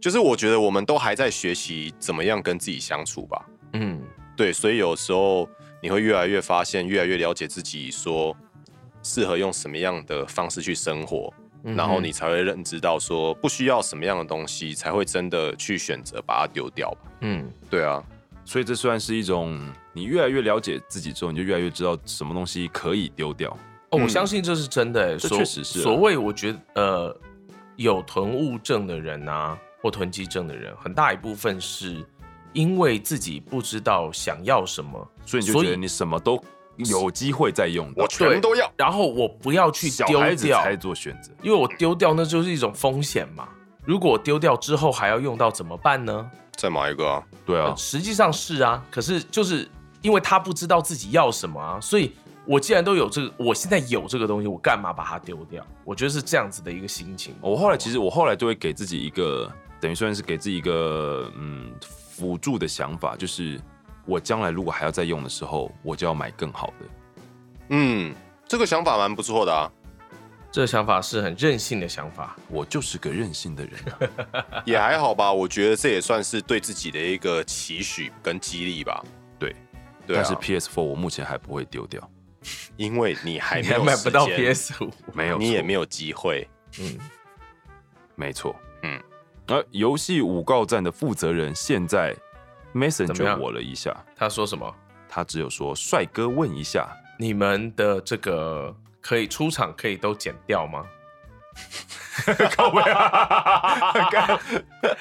D: 就是我觉得我们都还在学习怎么样跟自己相处吧。
C: 嗯，
D: 对，所以有时候你会越来越发现，越来越了解自己，说适合用什么样的方式去生活，
C: 嗯哼
D: 然后你才会认知到说不需要什么样的东西，才会真的去选择把它丢掉吧。
C: 嗯，
D: 对啊，
B: 所以这算是一种你越来越了解自己之后，你就越来越知道什么东西可以丢掉。
C: 哦，我
D: 嗯
C: 相信这是真的、欸，
B: 这
C: 所
B: 确实是啊
C: 所谓我觉得呃，有囤物症的人啊，或囤积症的人，很大一部分是因为自己不知道想要什么，
B: 所以你就
C: 所
B: 觉得
C: 以
B: 你什么都有机会再用到，
D: 我全都要。
C: 然后我不要去
B: 小
C: 丢
B: 孩子
C: 掉，
B: 才做选择。
C: 因为我丢掉那就是一种风险嘛。如果我丢掉之后还要用到怎么办呢？
D: 再买一个啊，
B: 对啊
C: 呃，实际上是啊，可是就是因为他不知道自己要什么啊，所以我既然都有这个，我现在有这个东西，我干嘛把它丢掉？我觉得是这样子的一个心情。
B: 我后来其实我后来就会给自己一个，等于算是给自己一个嗯辅助的想法，就是我将来如果还要再用的时候，我就要买更好的。
D: 嗯，这个想法蛮不错的啊，
C: 这想法是很任性的想法，
B: 我就是个任性 的人、啊，
D: 也还好吧。我觉得这也算是对自己的一个期许跟激励吧。
B: 对。
D: 对啊，
B: 但是 PS4 我目前还不会丢掉，
D: 因为你还
C: 你
D: 没
C: 还
D: 有
C: 买不到
D: 时间
C: PS 五，
B: 没有错，
D: 你也没有机会。
C: 嗯，
B: 没错，
D: 嗯
B: 嗯。而游戏五告站的负责人现在
C: 怎么
B: Messenger
C: 样
B: 我了一下，
C: 他说什么？
B: 他只有说帅哥问一下，
C: 你们的这个可以出场可以都剪掉吗？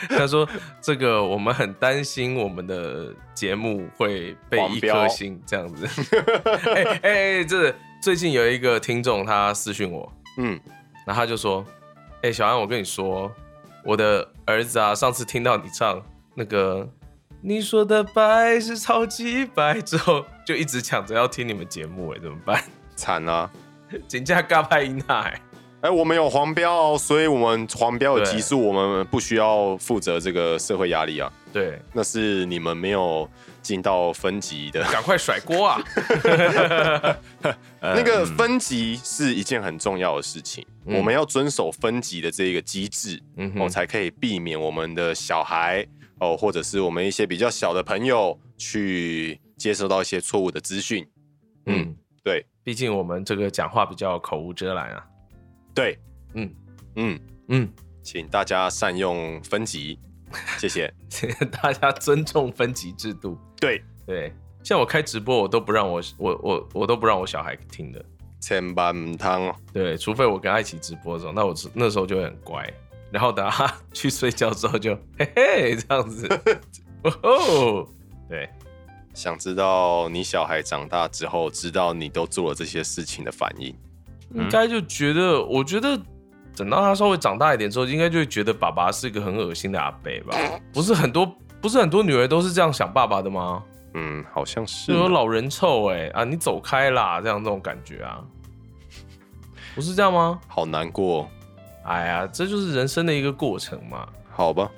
C: 他说：“这个我们很担心我们的节目会被
D: 黄
C: 一
D: 标
C: 颗星这样 子。哎哎哎，这最近有一个听众他私讯我，
D: 嗯，
C: 然后他就说：“哎、小安，我跟你说，我的儿子啊，上次听到你唱那个你说的白是超级白之后，就一直抢着要听你们节目、哎，怎么办？
D: 惨啊。
C: 请假尬拍音呐、哎
D: 哎、我们有黄标哦，所以我们黄标的
C: 对
D: 级数，我们不需要负责这个社会压力啊。
C: 对，
D: 那是你们没有进到分级的，
C: 赶快甩锅啊！
D: 嗯那个分级是一件很重要的事情，我们要遵守分级的这一个机制，
C: 嗯
D: 我、哦、才可以避免我们的小孩哦，或者是我们一些比较小的朋友去接收到一些错误的资讯。嗯
C: 嗯，
D: 对
C: 毕竟我们这个讲话比较口无遮拦啊。
D: 对，
C: 嗯
D: 嗯，
C: 嗯，
D: 请大家善用分级，谢谢。
C: 大家尊重分级制度。
D: 对，
C: 对，像我开直播，我都不让我我我我都不让我小孩听的。
D: 千万汤
C: 对，除非我跟他一起直播的时候，那我那时候就会很乖。然后等他去睡觉之后就 嘿嘿这样子， 哦，对，
D: 想知道你小孩长大之后，知道你都做了这些事情的反应。
C: 应该就觉得，我觉得等到他稍微长大一点之后，应该就会觉得爸爸是一个很恶心的阿伯吧？不是很多，不是很多女儿都是这样想爸爸的吗？
D: 嗯，好像是
C: 就。有老人臭哎、啊，你走开啦，这样这种感觉啊，不是这样吗？
D: 好难过，
C: 哎呀，这就是人生的一个过程嘛。
D: 好吧，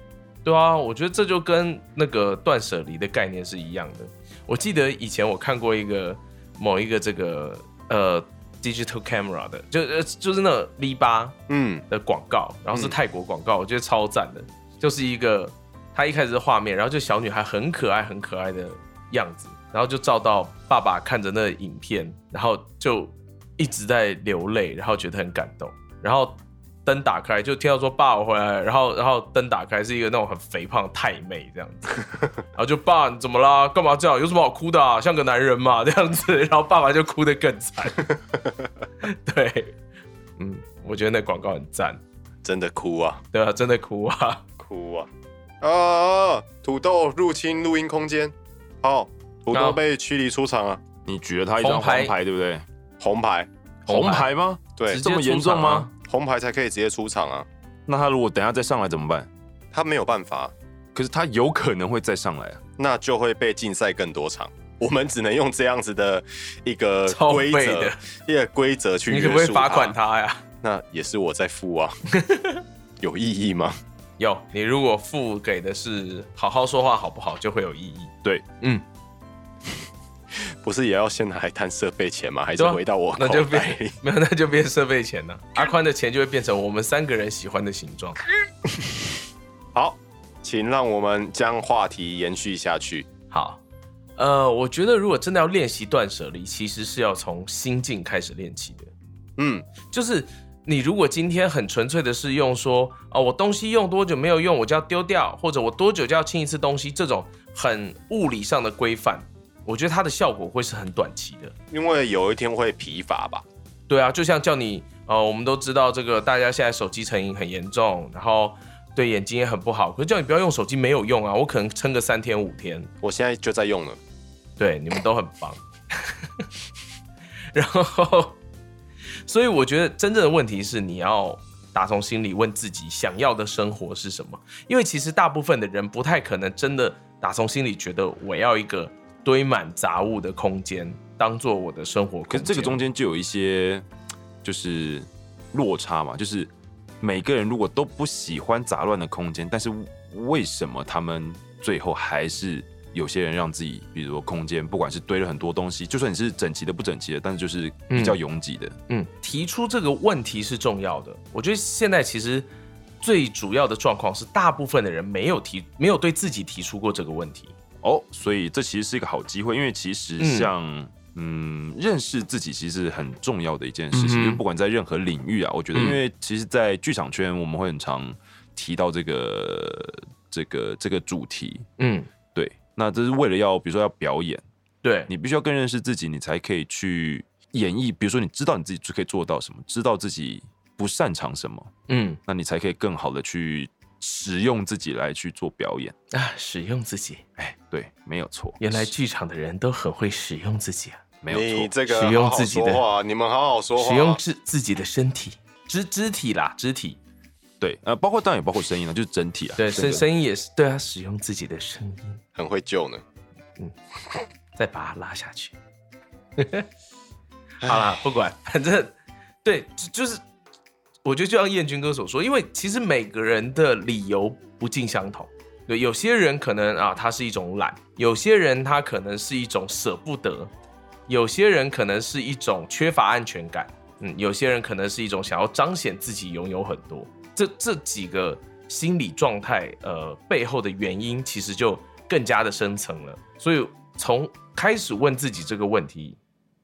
C: 对啊，我觉得这就跟那个断舍离的概念是一样的。我记得以前我看过一个某一个这个呃 digital camera 的，就呃就是那个 V 八
D: 嗯，
C: 的广告，然后是泰国广告，我觉得超赞的，就是一个她一开始是画面，然后就小女孩很可爱很可爱的样子，然后就照到爸爸看着那影片，然后就一直在流泪，然后觉得很感动，然后灯打开就听到说爸我回来了，然后然后灯打开是一个那种很肥胖的太妹这样子，然后就爸你怎么啦？干嘛这样？有什么好哭的、啊？像个男人嘛这样子，然后爸爸就哭得更惨，对，嗯，我觉得那广告很赞。
D: 真的哭啊，
C: 对啊，真的哭啊！
D: 哭啊！啊，土豆入侵录音空间，好，土
C: 啊
D: 豆被驱离出场啊，
B: 你举了他一张
C: 红牌
B: 红牌，对不对？
D: 红牌，
C: 红牌
B: 红牌吗？
D: 对
C: 直，接
B: 这么严重
C: 出场啊
B: 吗？
D: 红牌才可以直接出场啊，
B: 那他如果等一下再上来怎么办？
D: 他没有办法，
B: 可是他有可能会再上来啊！
D: 那就会被禁赛更多场。我们只能用这样子的一个
C: 超
D: 规
C: 废
D: 则
C: 的，
D: 一个规则去
C: 呃你
D: 约
C: 可
D: 束
C: 不可以罚款 他呀？
D: 那也是我在 付啊，有意义吗？
C: 有，你如果付给的是好好说话好不好，就会有意义。
B: 对，
C: 嗯，
D: 不是也要先拿来摊设备钱吗？还是
C: 对啊
D: 回到我
C: 那就
D: 口袋
C: 变
D: 里？
C: 没有， 那就变设备钱了。阿宽的钱就会变成我们三个人喜欢的形状。
D: 好，请让我们将话题延续下去。
C: 好，呃，我觉得如果真的要练习断舍离，其实是要从心境开始练起的。
D: 嗯，
C: 就是你如果今天很纯粹的是用说啊、我东西用多久没有用，我就要丢掉，或者我多久就要清一次东西，这种很物理上的规范，我觉得它的效果会是很短期的。
D: 因为有一天会疲乏吧。
C: 对啊，就像叫你呃，我们都知道这个大家现在手机成瘾很严重，然后对眼睛也很不好，可是叫你不要用手机没有用啊，我可能撑个三天五天，
D: 我现在就在用了，
C: 对，你们都很棒。 然后，所以我觉得真正的问题是，你要打从心里问自己想要的生活是什么。因为其实大部分的人不太可能真的打从心里觉得我要一个堆满杂物的空间当做我的生活空间。
B: 可是这个中间就有一些就是落差嘛，就是每个人如果都不喜欢杂乱的空间，但是为什么他们最后还是有些人让自己，比如说空间，不管是堆了很多东西，就算你是整齐的不整齐的，但是就是比较拥挤的，
C: 嗯，提出这个问题是重要的。我觉得现在其实最主要的状况是，大部分的人没有提，没有对自己提出过这个问题。
B: 哦，所以这其实是一个好机会，因为其实像嗯认识自己其实很重要的一件事情，
C: 嗯哼
B: 就不管在任何领域啊，我觉得，
C: 嗯
B: 因为其实，在剧场圈我们会很常提到这个这个这个主题，
C: 嗯，
B: 对，那这是为了要比如说要表演，
C: 对，
B: 你必须要更认识自己，你才可以去演绎，比如说你知道你自己可以做到什么，知道自己不擅长什么，
C: 嗯
B: 那你才可以更好的去使用自己来去做表演，
C: 啊，使用自己。
B: 哎，对，没有错，
C: 原来剧场的人都很会使用自己啊，
B: 没有错
D: 你。这个
C: 使用
D: 好好
C: 自己
D: 说
C: 的
D: 话，你们好好说话。
C: 使用自自己的身体，肢肢体啦，肢体，
B: 对，呃，包括当然也包括声音啊，就是整体啊。
C: 对，
B: 整
C: 声
B: 个
C: 声音也是，对啊，使用自己的声音，
D: 很会救呢。
C: 再把它拉下去。 好啦，不管，反正对，就就是，我觉得就像燕军哥所说，因为其实每个人的理由不尽相同。对，有些人可能啊，他是一种懒；有些人他可能是一种舍不得；有些人可能是一种缺乏安全感。嗯，有些人可能是一种想要彰显自己拥有很多。这这几个心理状态，呃，背后的原因其实就更加的深层了。所以从开始问自己这个问题，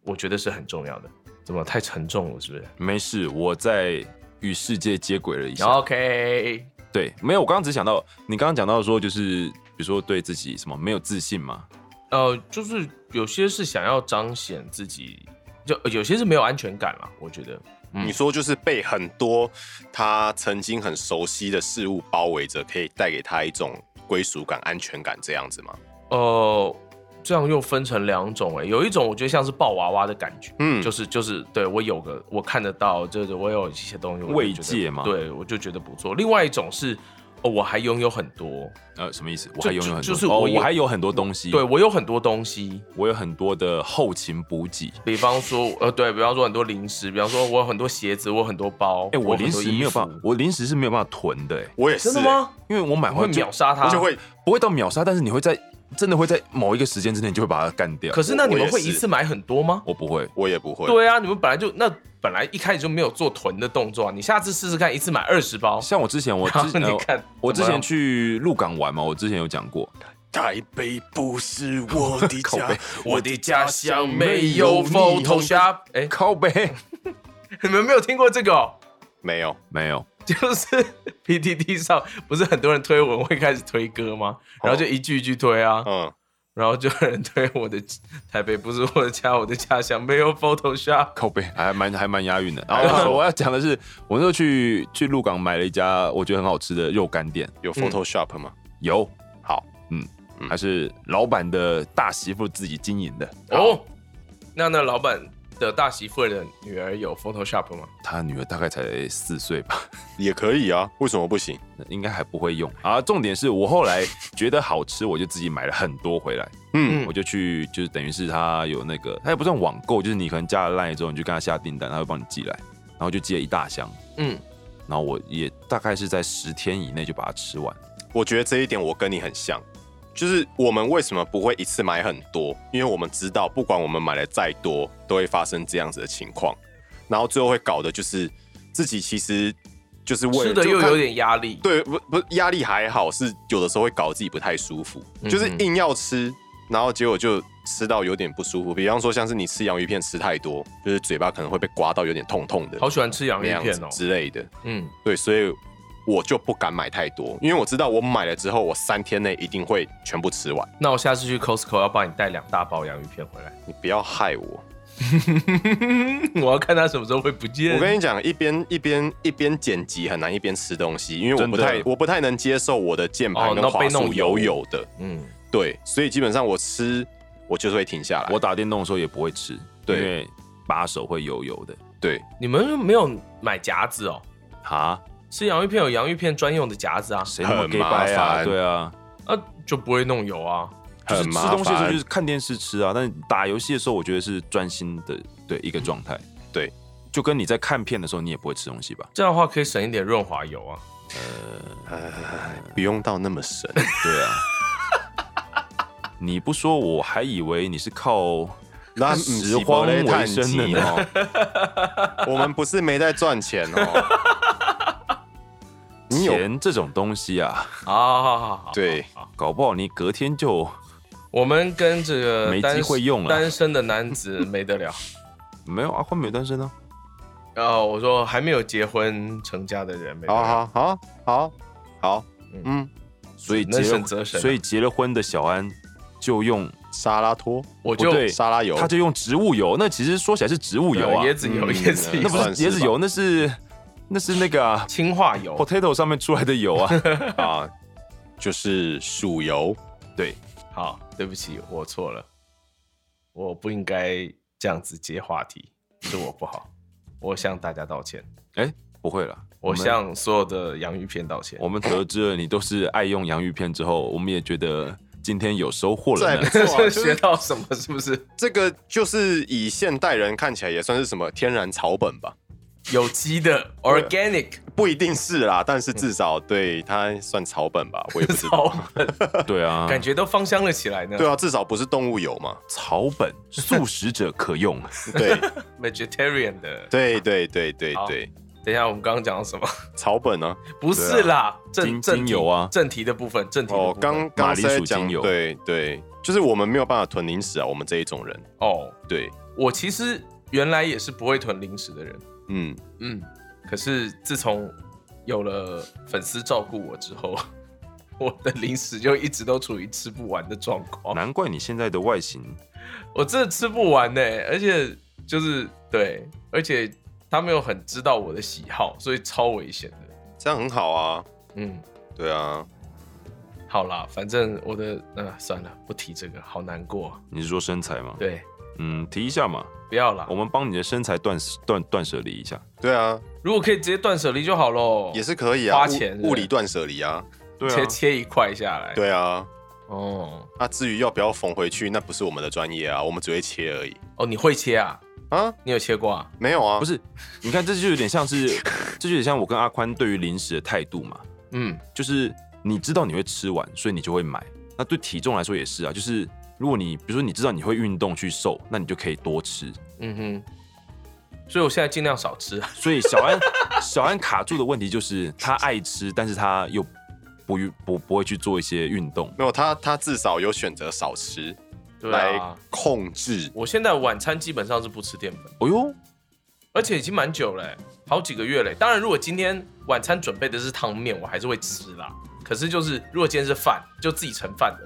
C: 我觉得是很重要的。怎么太沉重了，是不是
B: 没事，我在与世界接轨了一下。
C: ？OK，
B: 对，没有，我刚刚只想到，你刚刚讲到说，就是比如说对自己什么没有自信嘛，
C: 呃，呃就是有些是想要彰显自己，就有些是没有安全感啦。我觉得，
D: 你说就是被很多他曾经很熟悉的事物包围着，可以带给他一种归属感、安全感这样子吗？
C: 呃，这样又分成两种哎、有一种我觉得像是抱娃娃的感觉，
D: 嗯，
C: 就是就是对我有个我看得到，就是我有一些东西我就
B: 慰
C: 觉得
B: 藉嘛
C: 对我就觉得不错。另外一种是哦，我还拥有很多，
B: 呃，什么意思？我还拥有很多，
C: 就是
B: 哦
C: 我有
B: 我还有很多东西，
C: 对我有很多东西，
B: 我有很多的后勤补给。
C: 比方说呃对，比方说很多零食，比方说我有很多鞋子，我有很多包，
B: 哎、我
C: 有
B: 零
C: 很多
B: 食
C: 衣
B: 没有
C: 服
B: 办法，我零食是没有办法囤的、哎，
D: 我也是、
C: 真的吗？
B: 因哎为我买
C: 你
B: 回
C: 会
B: 来就
C: 秒杀它，
D: 欸？就会
B: 不会到秒杀，但是你会在真的会在某一个时间之内，你就会把它干掉。
C: 可是那
D: 我
C: 你们
D: 也
C: 会
D: 是
C: 一次买很多吗？
B: 我不会，
D: 我也不会。
C: 对啊，你们本来就那本来一开始就没有做囤的动作啊，你下次试试看，一次买二十包。
B: 像我之前我之前、呃
C: 你看
B: 我之
C: 怎么
B: 前
C: 样
B: 去鹿港玩嘛，我之前有讲过，
D: 台北不是我 的
B: 口
D: 家
B: 碑，
D: 我的家乡
C: 没有 Photo。Shop，哎、
B: 靠背
C: 你们没有听过这个、哦？
D: 没有，
B: 没有，
C: 就是 PTT 上不是很多人推文会开始推歌吗？
D: 哦
C: 然后就一句一句推啊，
D: 嗯，
C: 然后就有人推我的台北不是我的家，我的家乡没有 Photoshop。
B: 靠背 还蛮还蛮押韵的。然后我要讲的是，我那时候去去鹿港买了一家我觉得很好吃的肉干店，
D: 有 Photoshop 吗？
B: 有
D: 好，
B: 嗯
D: 嗯
B: 还是老板的大媳妇自己经营的，
C: 哦，那那老板的大媳妇的女儿有 Photoshop 吗？
B: 他女儿大概才四岁吧。
D: 也可以啊，为什么不行？
B: 应该还不会用啊。重点是我后来觉得好吃，我就自己买了很多回来，
D: 嗯
C: 嗯
B: 我就去就是等于是他有那个，他也不算网购，就是你可能加了 line 之后，你就跟他下订单，他会帮你寄来，然后就寄了一大箱，
C: 嗯，
B: 然后我也大概是在十天以内就把它吃完。
D: 我觉得这一点我跟你很像，就是我们为什么不会一次买很多？因为我们知道，不管我们买的再多，都会发生这样子的情况，然后最后会搞的就是自己其实就是为
C: 吃的
D: 就
C: 又
D: 看
C: 有点压力。
D: 对，不不压力还好，是有的时候会搞自己不太舒服，
C: 嗯
D: 就是硬要吃，然后结果就吃到有点不舒服。比方说像是你吃洋芋片吃太多，就是嘴巴可能会被刮到有点痛痛的，
C: 好喜欢吃洋芋
D: 那样
C: 片
D: 子
C: 哦。
D: 之类的。
C: 嗯，
D: 对，所以我就不敢买太多，因为我知道我买了之后，我三天内一定会全部吃完。
C: 那我下次去 Costco 要帮你带两大包洋芋片回来，
D: 你不要害我，
C: 我要看它什么时候会不见。
D: 我跟你讲，一边一边一边剪辑很难，一边吃东西，因为我不太
B: 真的
D: 我不太能接受我的键
C: 哦
D: 盘跟
C: 那
D: 滑
C: 被弄
D: 鼠油
C: 油
D: 油的。
C: 嗯，
D: 对，所以基本上我吃我就是会停下来。
B: 我打电动的时候也不会吃，
D: 对
B: 因为把手会油油的。
D: 对
C: 你们没有买夹子哦？
B: 啊，
C: 吃洋芋片有洋芋片专用的夹子啊，
B: 谁那么
D: 很
B: gay
D: 麻
B: 掰啊？
D: 烦
B: 对啊，
C: 啊就不会弄油啊。
B: 就是
D: 很
B: 吃
D: 麻
B: 东西的时候
D: 烦
B: 就是看电视吃啊，但是打游戏的时候我觉得是专心的对一个状态。
D: 对，
B: 就跟你在看片的时候你也不会吃东西吧？
C: 这样的话可以省一点润滑油啊。
D: 不用到那么神。
B: 对啊，你不说我还以为你是靠
D: 那嗯
B: 拾荒为生的呢。
D: 哦 我们不是没在赚钱哦。 你有
B: 钱这种东西啊，
C: 好好好好好，
D: 对
B: 搞不好你隔天就
C: 我们跟这个
B: 没
C: 单
B: 机会用了
C: 单身的男子没得 聊。
B: 没有啊，婚没单身啊。
C: 然后哦我说还没有结婚成家的人没得
D: 好
C: 聊。
D: 好好好好，
C: 嗯
D: 哦嗯，
B: 所以
C: 能
B: 结
C: 省则
B: 了，
C: 省啊
B: 所以结了婚的小安就用
D: 沙拉托、
C: 我
B: 不
C: 就
B: 对
D: 沙拉油，
B: 他就用植物油，那其实说起来是植物油啊，
C: 呃椰子油，
D: 嗯
C: 椰子油，
B: 那不是
D: 算是吧
B: 椰子油，那是那是那个啊
C: 氢化油。
B: potato 上面出来的油啊。
D: 啊，就是薯油。
B: 对，
C: 好，对不起，我错了，我不应该这样子接话题，是我不好，我向大家道歉，
B: 哎，不会了，
C: 我
B: 们
C: 向所有的洋芋片道歉。
B: 我们得知了你都是爱用洋芋片之后，我们也觉得今天有收获了
D: 再
B: 呢
D: 不。错啊，就
C: 学
D: 是
C: 到什么？是不是
D: 这个，就是以现代人看起来也算是什么天然草本吧，
C: 有机
B: 啊
C: 的 organic
D: 不一定是啦，但是至少对它算草本吧，我也不知道。
C: 草本，
B: 对啊，
C: 感觉都芳香了起来呢。
D: 对啊，至少不是动物油嘛。
B: 草本素食者可用。啊
D: 对
C: vegetarian 的。
D: 对对对对对，
C: 等一下，我们刚刚讲到什么？
D: 草本啊，
C: 不是啦，正
B: 精
C: 正
B: 精
C: 题
B: 油啊
C: 正题的部分，正题的
D: 哦
C: 部，分
D: 刚刚是
B: 马
D: 在
B: 铃薯
D: 讲
B: 精油
D: 对对，就是我们没有办法囤零食啊，我们这一种人，
C: 哦，
D: 对，
C: 我其实原来也是不会囤零食的人。
D: 嗯，
C: 嗯，可是自从有了粉丝照顾我之后， 我的零食就一直都处于吃不完的状况。
B: 难怪你现在的外形，
C: 我真的吃不完呢、而且就是对，而且他没有很知道我的喜好，所以超危险的。
D: 这样很好啊。
C: 嗯，
D: 对啊，
C: 好啦，反正我的呃算了，不提这个，好难过。
B: 你是说身材吗？
C: 对，
B: 嗯，提一下嘛，
C: 不要啦
B: 我。们帮你的身材断断断舍离一下。
D: 对啊，
C: 如果可以直接断舍离就好喽，
D: 也是可以啊。
C: 哦花钱是不哎
D: 物
C: 是
D: 物理断舍离啊。
B: 对
C: 切切一块下来。，
D: 对啊，
C: 哦
D: 那、至于要不要缝回去，那不是我们的专业啊，我们只会切而已
C: 哦，你会切啊？
D: 啊。
C: 你有切过啊？
D: 没有啊，
B: 不
D: 是
B: 是，你看这就有点像是， 这就有点像我跟阿宽对于零食的态度嘛，
C: 嗯，
B: 就是你知道你会吃完，所以你就会买。那对体重来说也是啊，就是如果你比如说你知道你会运动去瘦，那你就可以多吃。
C: 嗯哼，所以我现在尽量少吃啊。
B: 所以小 安小安卡住的问题就是他爱吃，但是他又不不不会去做一些运动。
D: 没有他，他至少有选择少吃、
C: 对
D: 来
C: 啊，
D: 控制。
C: 我现在晚餐基本上是不吃淀粉，
B: 哦呦，
C: 而且已经蛮久了欸、好几个月了欸、当然，如果今天晚餐准备的是汤面，我还是会吃啦。可是就是如果今天是饭，就自己盛饭的，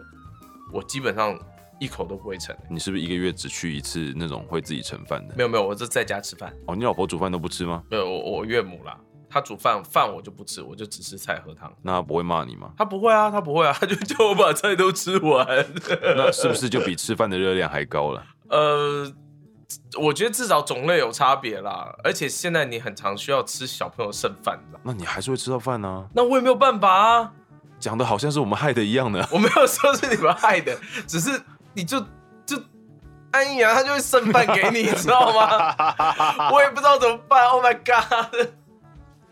C: 我基本上一口都不会盛欸、
B: 你是不是一个月只去一次那种会自己盛饭的？
C: 没有没有，我是在家吃饭。
B: 哦，你老婆煮饭都不吃吗？
C: 没有，我我岳母啦，她煮饭饭我就不吃，我就只吃菜喝汤。？
B: 那她不会骂你吗
C: 她不会啊，她不会啊，她 就叫我把菜都吃完。
B: 那是不是就比吃饭的热量还高了？
C: 呃，我觉得至少种类有差别啦，而且现在你很常需要吃小朋友剩饭的，
B: 那你还是会吃到饭呢、啊？
C: 那我也没有办法啊，
B: 讲的好像是我们害的一样呢。
C: 我没有说是你们害的，只是你就就安逸啊，他就会剩饭给你，你知道吗？ 我也不知道怎么办，Oh my god！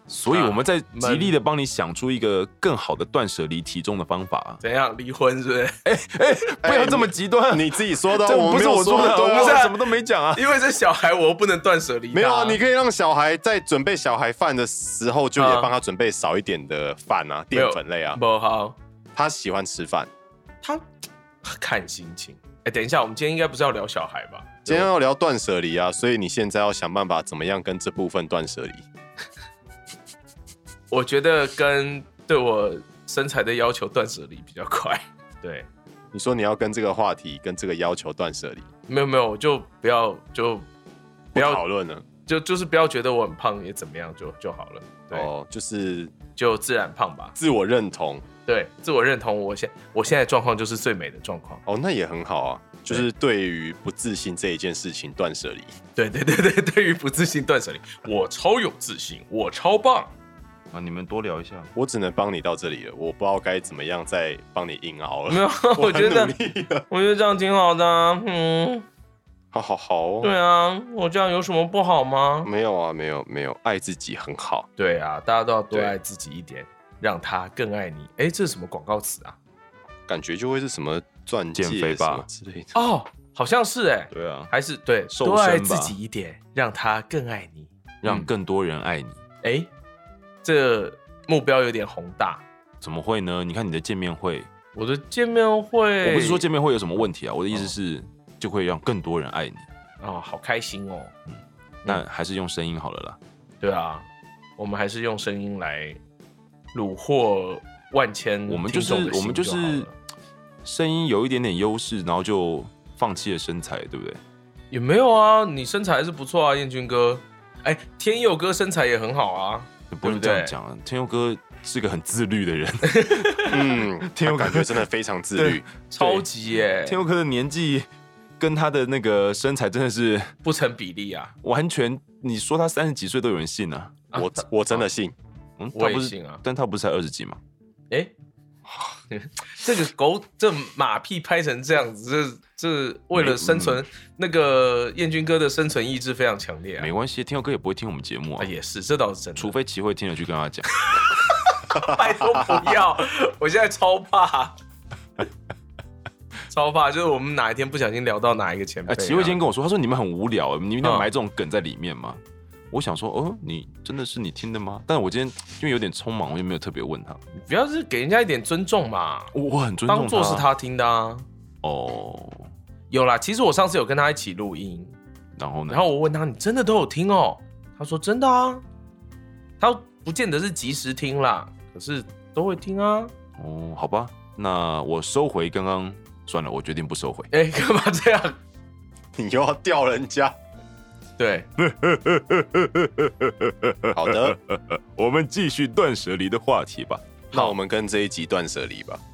B: 所以
C: 啊
B: 我们在极力的帮你想出一个更好的断舍离体重的方法、啊。
C: 怎样离婚是不是？
B: 不要这么极
C: 哎
B: 端，
D: 你自己说的啊，
B: 这
D: 我
B: 不
D: 没
B: 是
D: 有
B: 我说的，
D: 对
B: 我
D: 啊
C: 不是啊
B: 什么都没讲啊。
C: 因为这小孩我又不能断舍离他，
D: 没有啊，你可以让小孩在准备小孩饭的时候，就也帮他准备少一点的饭啊，
C: 没有
D: 淀粉类啊。
C: 不好，
D: 他喜欢吃饭。
C: 他看心情。哎、等一下，我们今天应该不是要聊小孩吧？
D: 今天要聊断舍离啊，所以你现在要想办法怎么样跟这部分断舍离。
C: 我觉得跟对我身材的要求断舍离比较 快。对，
D: 你说你要跟这个话题、跟这个要求断舍离，
C: 没有没有，我就不要就不
D: 不
C: 要
D: 讨论了。
C: 就就是不要觉得我很胖也怎么样就就好了。对，
D: 哦，就是
C: 就自然胖吧。
D: 自我认同。
C: 对，自我认同，我现我现在状况就是最美的状况。
D: 哦，那也很好啊。就是对于不自信这一件事情断舍离。
C: 对对对对，对于不自信断舍离，我超有自信，我超棒。
B: 啊，你们多聊一下。
D: 我只能帮你到这里了，我不知道该怎么样再帮你硬熬了。
C: 没有我
D: 很
C: 觉得
D: 努力了，
C: 我觉得这样挺好的啊、嗯，
D: 好好好、哦，
C: 对啊，我这样有什么不好吗？
D: 没有啊，没有没有，爱自己很好。
C: 对啊，大家都要多
D: 对
C: 爱自己一点，让他更爱你。哎，这是什么广告词啊？
D: 感觉就会是什么钻戒
B: 减肥吧
D: 什么之 类的。
C: 哦，好像是哎、
B: 对啊，
C: 还是对，
B: 瘦
C: 多爱
B: 身吧
C: 自己一点，让他更爱你。
B: 让更多人爱你，
C: 哎，这目标有点宏大。
B: 怎么会呢？你看你的见面会，
C: 我的见面会，
B: 我不是说见面会有什么问题啊，我的意思是就会让更多人爱你。
C: 哦，好开心哦。
B: 那还是用声音好了啦。
C: 对啊，我们还是用声音来虏获万千
B: 我们就
C: 嗯听
B: 是
C: 众的
B: 我
C: 心
B: 们
C: 就
B: 就
C: 好
B: 是
C: 了
B: 声音有一点点优势，然后就放弃了身材，对不对？
C: 也没有啊，你身材还是不错啊，燕君哥。哎，天佑哥身材也很好啊。
B: 不
C: 对不
B: 能
C: 对哎
B: 这样讲啊，天佑哥是个很自律的人，
D: 嗯，挺有感觉，真的非常自律。
C: 超级耶、
B: 天佑哥的年纪跟他的那个身材真的是
C: 不成比例啊！
B: 完全，你说他三十几岁都有人信啊。
D: 我我真的信，
B: 嗯，
C: 我
B: 他
C: 也
B: 不是
C: 信啊
B: 但他不是才二十几嘛？
C: 哎、 这个狗这马屁拍成这样子，这这为了生
B: 嗯
C: 存，那个燕君哥的生存意志非常强烈啊
B: 没。关系，天佑哥也不会听我们节目啊，
C: 啊，也是，这倒是真的。
B: 除非齐慧听了去跟他讲。
C: 拜托不 要，我现在超怕， 超怕，就是我们哪一天不小心聊到哪一个前辈、
B: 哎，
C: 啊，嗯
B: 齐慧今天跟我说，他说你们很无聊，你们一定要埋这种梗在里面吗？我想说，哦，你真的是你听的吗？但我今天因为有点匆忙，我就没有特别问他。
C: 你不要是给人家一点尊重嘛，
B: 我我很尊重
C: 当做是他听的啊。
B: 哦。
C: 有啦，其实我上次有跟他一起录音，
B: 然后呢？
C: 然后我问他你真的都有听哦？他说真的啊，他不见得是及时听啦，可是都会听啊。
B: 哦，好吧，那我收回刚刚，算了，我决定不收回。
C: 哎，干嘛这样？
D: 你又要吊人家。
C: 对，
D: 好的，
B: 我们继续断舍离的话题吧。
D: 那我们跟这一集断舍离吧。
C: 啊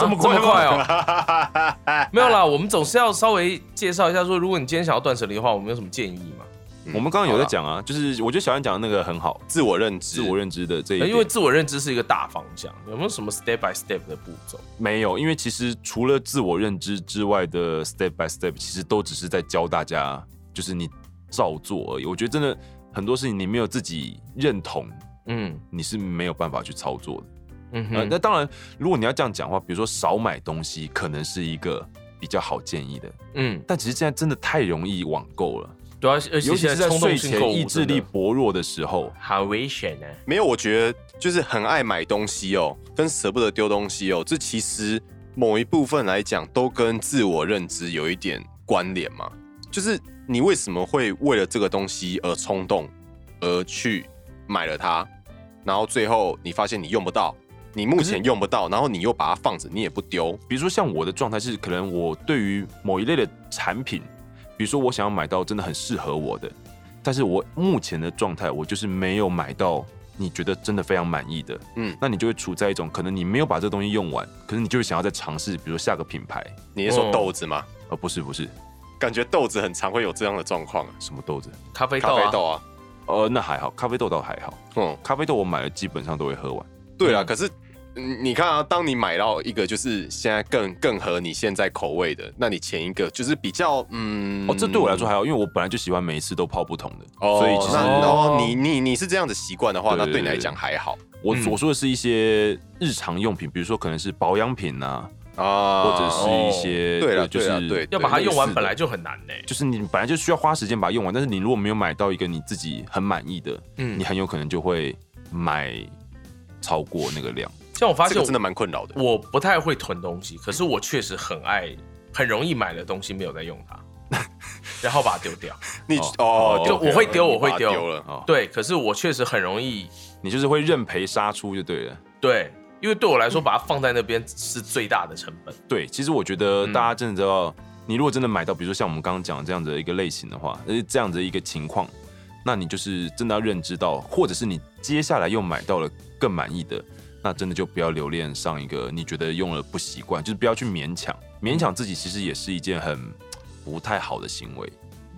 C: 这么快、这么快哦！ 没有啦，我们总是要稍微介绍一下，说如果你今天想要断舍离的话，我们有什么建议嘛？
D: 嗯
B: 我们刚刚有在讲啊，就是我觉得小安讲的那个很好，
D: 自我认知，
B: 自我认知哎的这一点，
C: 因为自我认知是一个大方向，有没有什么 step by step 的步骤？
B: 没有，因为其实除了自我认知之外的 step by step，其实都只是在教大家，就是你照做而已。我觉得真的很多事情你没有自己认同，
C: 嗯
B: 你是没有办法去操作的。
C: 嗯
B: 呃，
C: 哼，
B: 那当然，如果你要这样讲的话，比如说少买东西，可能是一个比较好建议的。
C: 嗯，
B: 但其实现在真的太容易网购了，
C: 主要是而
B: 尤
C: 且
B: 其
C: 现
B: 是在
C: 冲动
B: 睡
C: 性购
B: 前
C: 物
B: 意志
C: 真
B: 力
C: 的
B: 薄弱的时候。
C: 好危险呢。
D: 没有，我觉得就是很爱买东西哦，跟舍不得丢东西哦，这其实某一部分来讲都跟自我认知有一点关联嘛。就是你为什么会为了这个东西而冲动，而去买了它，然后最后你发现你用不到，你目前用不到，然后你又把它放着，你也不丢。
B: 比如说像我的状态是，可能我对于某一类的产品，比如说我想要买到真的很适合我的，但是我目前的状态，我就是没有买到你觉得真的非常满意的，
D: 嗯
B: 嗯，那你就会处在一种可能你没有把这个东西用完，可是你就会想要再尝试，比如说下个品牌，
D: 你是
C: 哦
D: 说豆子吗？
B: 而不是不是
D: 感觉豆子很常会有这样的状况啊，
B: 什么豆子，
C: 咖啡
D: 咖
C: 豆
D: 啡
C: 啊，
D: 豆啊，
B: 呃，那还好，咖啡豆倒还好，
D: 嗯。
B: 咖啡豆我买了基本上都会喝完，
D: 对啦，
C: 嗯
D: 可是嗯你看啊，当你买到一个就是现在更更合你现在口味的，那你前一个就是比较嗯，
B: 哦，这对我来说还好，因为我本来就喜欢每一次都泡不同的，
D: 哦，
B: 所以其实
D: 那
C: 哦
D: 然后你你你是这样的习惯的话，
B: 对
D: 那
B: 对
D: 对你来讲还好
B: 我
C: 嗯
B: 我说的是一些日常用品，比如说可能是保养品啊，
D: 啊，
B: 或者是一些、
D: 哦对啦
B: 就
D: 对啦
B: 是
D: 对
C: 要把它用完
B: 类似的
C: 本来就很难呢。
B: 就是你本来就需要花时间把它用完，但是你如果没有买到一个你自己很满意的，
C: 嗯
B: 你，很有可能就会买超过那个量。
C: 像我发
D: 这
C: 现
D: 个
C: 我
D: 真的蛮困扰的。
C: 我不太会囤东西，可是我确实很爱，很容易买的东西没有在用 它，然后把它丢掉。
D: 你
B: 哦
D: 哦
B: 哦，
D: 丢
C: 就我会丢
D: 你
C: 我会
D: 把它
C: 丢
D: 丢了。
B: 哦，
C: 对，可是我确实很容易
B: 你就是会认赔杀出就对了。
C: 对，因为对我来说，把它放在那边是最大的成本。
B: 对，其实我觉得
C: 嗯
B: 大家真的知道，你如果真的买到，比如说像我们刚刚讲的这样的一个类型的话，呃，这样的一个情况，那你就是真的要认知到，或者是你接下来又买到了更满意的，那真的就不要留恋上一个你觉得用了不习惯，就是不要去勉强，勉强自己其实也是一件很不太好的行为，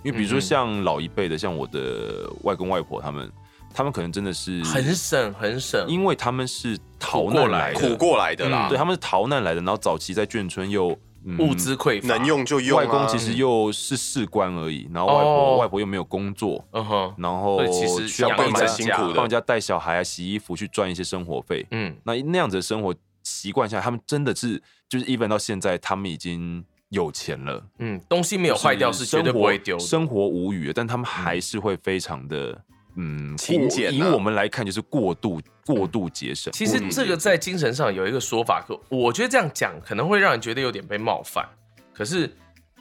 B: 因为比如说
C: 嗯
B: 像老一辈的，像我的外公外婆他们，他们可能真的是
C: 很省很省，
B: 嗯因为他们是逃
C: 苦过
B: 难
C: 来
B: 来
C: 的
B: 的，
D: 哦苦过来的啦
C: 嗯，
B: 对他们是逃难来的，然后早期在眷村又、嗯
C: 物资匮乏，
D: 能用就用啊。
B: 外公其实又是士官而已，然后外婆、
C: 哦
B: 外婆又没有工作，
C: 嗯哼，
B: 然后
C: 所以其实
B: 需要
C: 养
B: 帮
C: 一
B: 人家
D: 蛮
C: 整
D: 辛
C: 家
D: 苦
B: 帮
D: 的
B: 人家带小孩啊、洗衣服去赚一些生活费。
C: 嗯，
B: 那那样子的生活习惯下来，他们真的是就是 even 到现在，他们已经有钱了，
C: 嗯，东西没有坏掉
B: 就是生
C: 绝对不
B: 活
C: 会丢的。
B: 生活无语了，但他们还是会非常的嗯，
D: 勤
B: 过
D: 俭啊
B: 以我们来看，就是过度过度节省。
C: 嗯其实这个在精神上有一个说法，可我觉得这样讲可能会让人觉得有点被冒犯。可是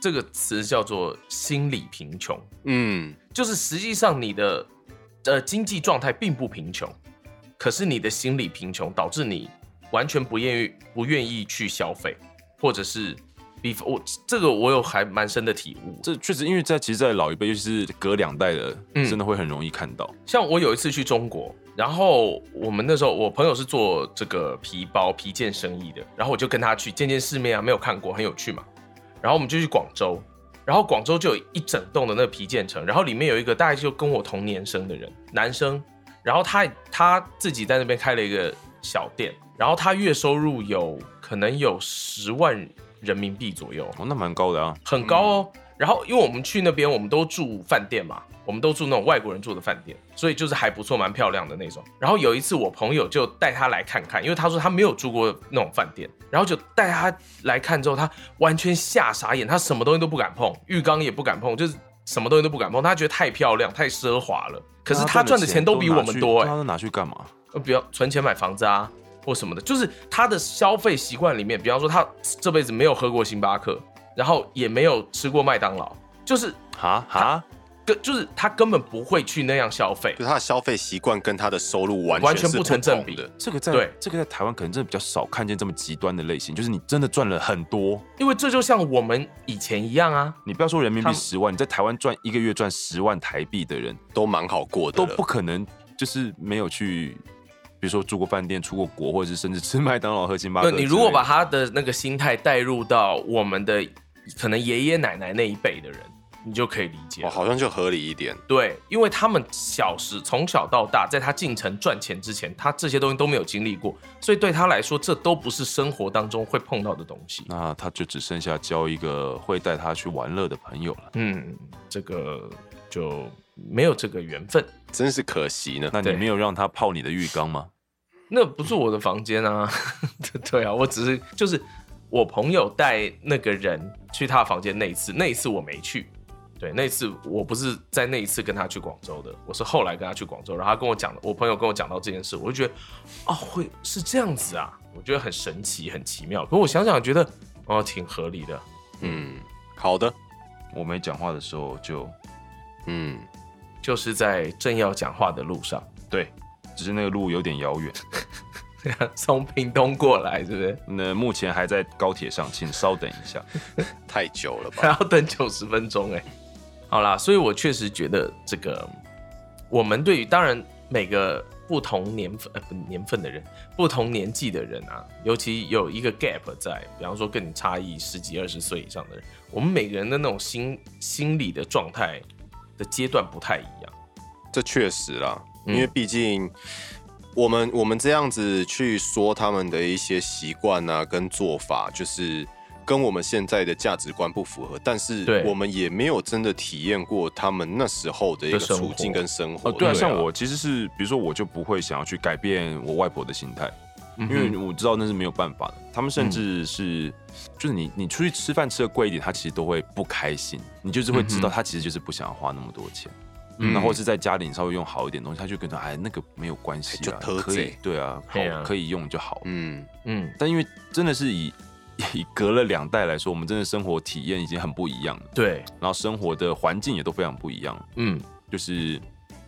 C: 这个词叫做心理贫穷，
D: 嗯，
C: 就是实际上你的呃经济状态并不贫穷，可是你的心理贫穷导致你完全不愿意不愿意去消费，或者是比我这个我有还蛮深的体悟。
B: 这确实，因为在其实，在老一辈，尤其是隔两代的，
C: 嗯
B: 真的会很容易看到。
C: 像我有一次去中国，然后我们那时候我朋友是做这个皮包皮件生意的，然后我就跟他去见见世面啊，没有看过，很有趣嘛。然后我们就去广州，然后广州就有一整栋的那个皮件城，然后里面有一个大概就跟我同年生的人，男生，然后他他自己在那边开了一个小店，然后他月收入有可能有十万人民币左右，
B: 哦，那蛮高的啊。
C: 很高哦。然后因为我们去那边，我们都住饭店嘛，我们都住那种外国人住的饭店，所以就是还不错，蛮漂亮的那种。然后有一次我朋友就带他来看看，因为他说他没有住过那种饭店，然后就带他来看之后，他完全吓傻眼，他什么东西都不敢碰，浴缸也不敢碰，就是什么东西都不敢碰，他觉得太漂亮、太奢华了。可是他赚的钱都比我们多哎、
B: 他都拿去干嘛？
C: 呃，比较存钱买房子啊，或什么的，就是他的消费习惯里面，比方说他这辈子没有喝过星巴克，然后也没有吃过麦当劳，就是
B: 哈哈，
C: 跟就是他根本不会去那样消费
D: 就。是他的消费习惯跟他的收入完
C: 完全
D: 是
C: 不成正
D: 同
C: 比
D: 的。
B: 这个在
C: 对
B: 这个在台湾可能真的比较少看见这么极端的类型，就是你真的赚了很多，
C: 因为这就像我们以前一样啊，
B: 你不要说人民
C: 他
B: 币
C: 们
B: 十万，你在台湾赚一个月赚十万台币的人
D: 都蛮好过的
B: 都
D: 了，
B: 不可能，就是没有去，比如说住过饭店、出过国，或者是甚至吃麦当劳、喝星巴克
C: 对
B: 之类的。
C: 你如果把他的那个心态带入到我们的可能爷爷奶奶那一辈的人，你就可以理
B: 啊
C: 解
D: 哦，
C: 了。
D: 好像就合理一点。
C: 对，因为他们小时从小到大，在他进城赚钱之前，他这些东西都没有经历过，所以对他来说，这都不是生活当中会碰到的东西。
B: 那他就只剩下交一个会带他去玩乐的朋友了。
C: 嗯，这个就没有这个缘分。
D: 真是可惜呢。
B: 那你
C: 对
B: 没有让他泡你的浴缸吗？
C: 那不是我的房间啊， 对啊，我只是就是我朋友带那个人去他的房间那一次，那一次我没去，对，那一次我不是在那一次跟他去广州的，我是后来跟他去广州，然后他跟我讲，我朋友跟我讲到这件事，我就觉得哦，会是这样子啊，我觉得很神奇，很奇妙。可我想想觉得哦，挺合理的，
D: 嗯，好的，
B: 我没讲话的时候就，
D: 嗯，
C: 就是在正要讲话的路上，
B: 对，只是那个路有点遥远。
C: 从屏东过来，是不是？
B: 那目前还在高铁上，请稍等一下。
D: 太久了
C: 还
D: 吧？
C: 要等九十分钟哎、好啦，所以我确实觉得这个，我们对于当然每个不同年份呃不年份的人，不同年纪的人啊，尤其有一个 gap 在，比方说跟你差异十几二十岁以上的人，我们每个人的那种心心理的状态的阶段不太一样。
D: 这确实啦，
C: 嗯
D: 因为毕竟我们我们这样子去说他们的一些习惯啊跟做法，就是跟我们现在的价值观不符合，但是
C: 对
D: 我们也没有真的体验过他们那时候的一个
C: 的生活
D: 处境跟生活。
B: 哦，对啊，
C: 对啊
B: 像我其实是，比如说我就不会想要去改变我外婆的心态，
C: 嗯
B: 因为我知道那是没有办法的。他们甚至是，就是你你出去吃饭吃的贵一点，他其实都会不开心，你就是会知道
C: 嗯哼
B: 他其实就是不想要花那么多钱。
C: 嗯
B: 那或是在家里你稍微用好一点东西，他就跟你说，哎，那个没有关系
D: 就
B: 啊，
D: 偷
B: 可以
D: 贼，
B: 对啊，好
C: 对啊
B: 可以用就好。
D: 嗯，
C: 嗯，
B: 但因为真的是以 以隔了两代来说，我们真的生活体验已经很不一样了，
C: 对，
B: 然后生活的环境也都非常不一样了。
C: 嗯，
B: 就是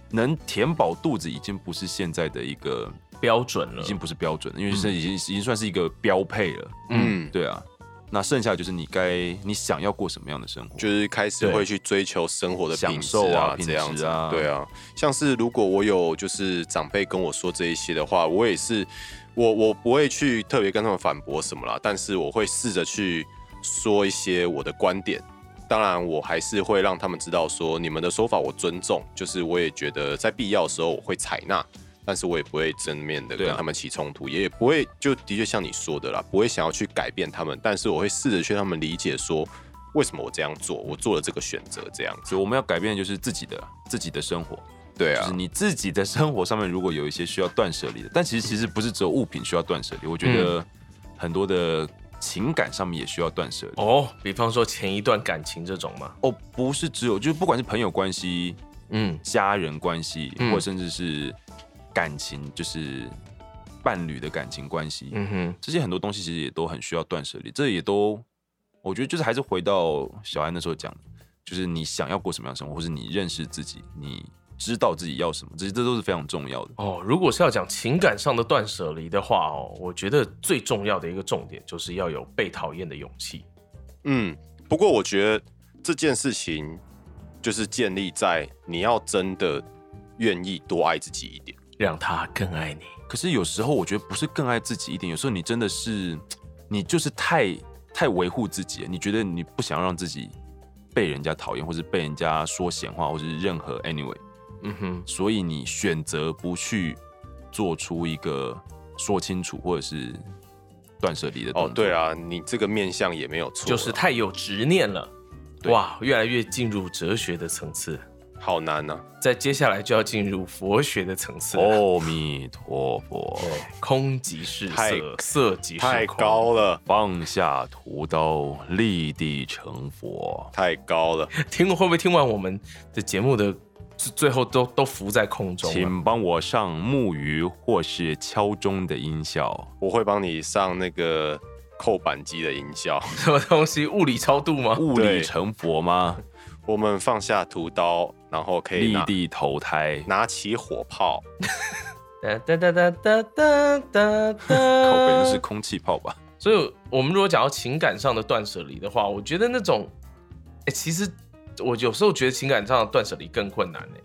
B: 能填饱肚子已经不是现在的一个，
C: 标准了
D: 呃
B: 已，经不是标准了，因为这已经已经算是一个标配了。
D: 嗯
B: 对啊，那剩下就是你该你想要过什么样的生活，
D: 就是开始
C: 对
D: 会去追求生活的品
B: 享
D: 质
B: 受啊
D: 这样
B: 品
D: 子
B: 质啊
D: 对啊。像是如果我有就是长辈跟我说这一些的话，我也是，我我不会去特别跟他们反驳什么啦，但是我会试着去说一些我的观点。当然，我还是会让他们知道说你们的说法我尊重，就是我也觉得在必要的时候我会采纳，但是我也不会正面的
B: 对
D: 跟
B: 啊
D: 他们起冲突，也不会就的确像你说的啦，不会想要去改变他们，但是我会试着去让他们理解说为什么我这样做，我做了这个选择这样子。
B: 所以我们要改变的就是自己的自己的生活，
D: 对
B: 就是
D: 啊，
B: 你自己的生活上面如果有一些需要断舍离的，但其实其实不是只有物品需要断舍离，我觉
D: 嗯
B: 得很多的情感上面也需要断舍离。
C: 哦，比方说前一段感情这种嘛，
B: 哦，不是只有，就是不管是朋友关系，
C: 嗯，
B: 家人关系，
C: 嗯
B: 或甚至是感情，就是伴侣的感情关系，
C: 嗯哼，
B: 这些很多东西其实也都很需要断舍离。这也都，我觉得就是还是回到小安那时候讲，就是你想要过什么样的生活，或是你认识自己，你知道自己要什么，这些这都是非常重要的。
C: 哦，如果是要讲情感上的断舍离的话哦，我觉得最重要的一个重点就是要有被讨厌的勇气。
D: 嗯，不过我觉得这件事情就是建立在你要真的愿意多爱自己一点。
C: 让他更爱你，
B: 可是有时候我觉得不是更爱自己一点，有时候你真的是，你就是太太维护自己了，你觉得你不想让自己被人家讨厌，或是被人家说闲话，或是任何 anyway。
C: 嗯哼，
B: 所以你选择不去做出一个说清楚或者是断舍离的动
D: 哦
B: 作。，
D: 对，啊，你这个面相也没有错啦，
C: 嗯
D: 啊
C: 就是太有执念了，
B: 对
C: 哇，越来越进入哲学的层次，
D: 好难啊呐、
C: 在接下来就要进入佛学的层次了。
B: 阿弥陀佛，
C: 对，空即是
D: 太
C: 色，色即是
D: 太
C: 空，
D: 高了，
B: 放下屠刀，立地成佛。
D: 太高了。
C: 听会不会听完我们的节目的最最后都都浮在空中了？
B: 请帮我上木鱼或是敲钟的音效。
D: 我会帮你上那个扣板机的音效。
C: 什么东西？物理超度吗？
B: 物
D: 对
B: 理成佛吗？
D: 我们放下屠刀，然后可以
B: 立
D: 拿
B: 地投胎，
D: 拿起火炮，
C: 哒哒哒哒哒哒哒
B: 靠北那
C: 哒
B: 是。空气炮吧？
C: 所以，我们如果讲到情感上的断舍离的话，我觉得那种，哎、其实我有时候觉得情感上的断舍离更困难呢、欸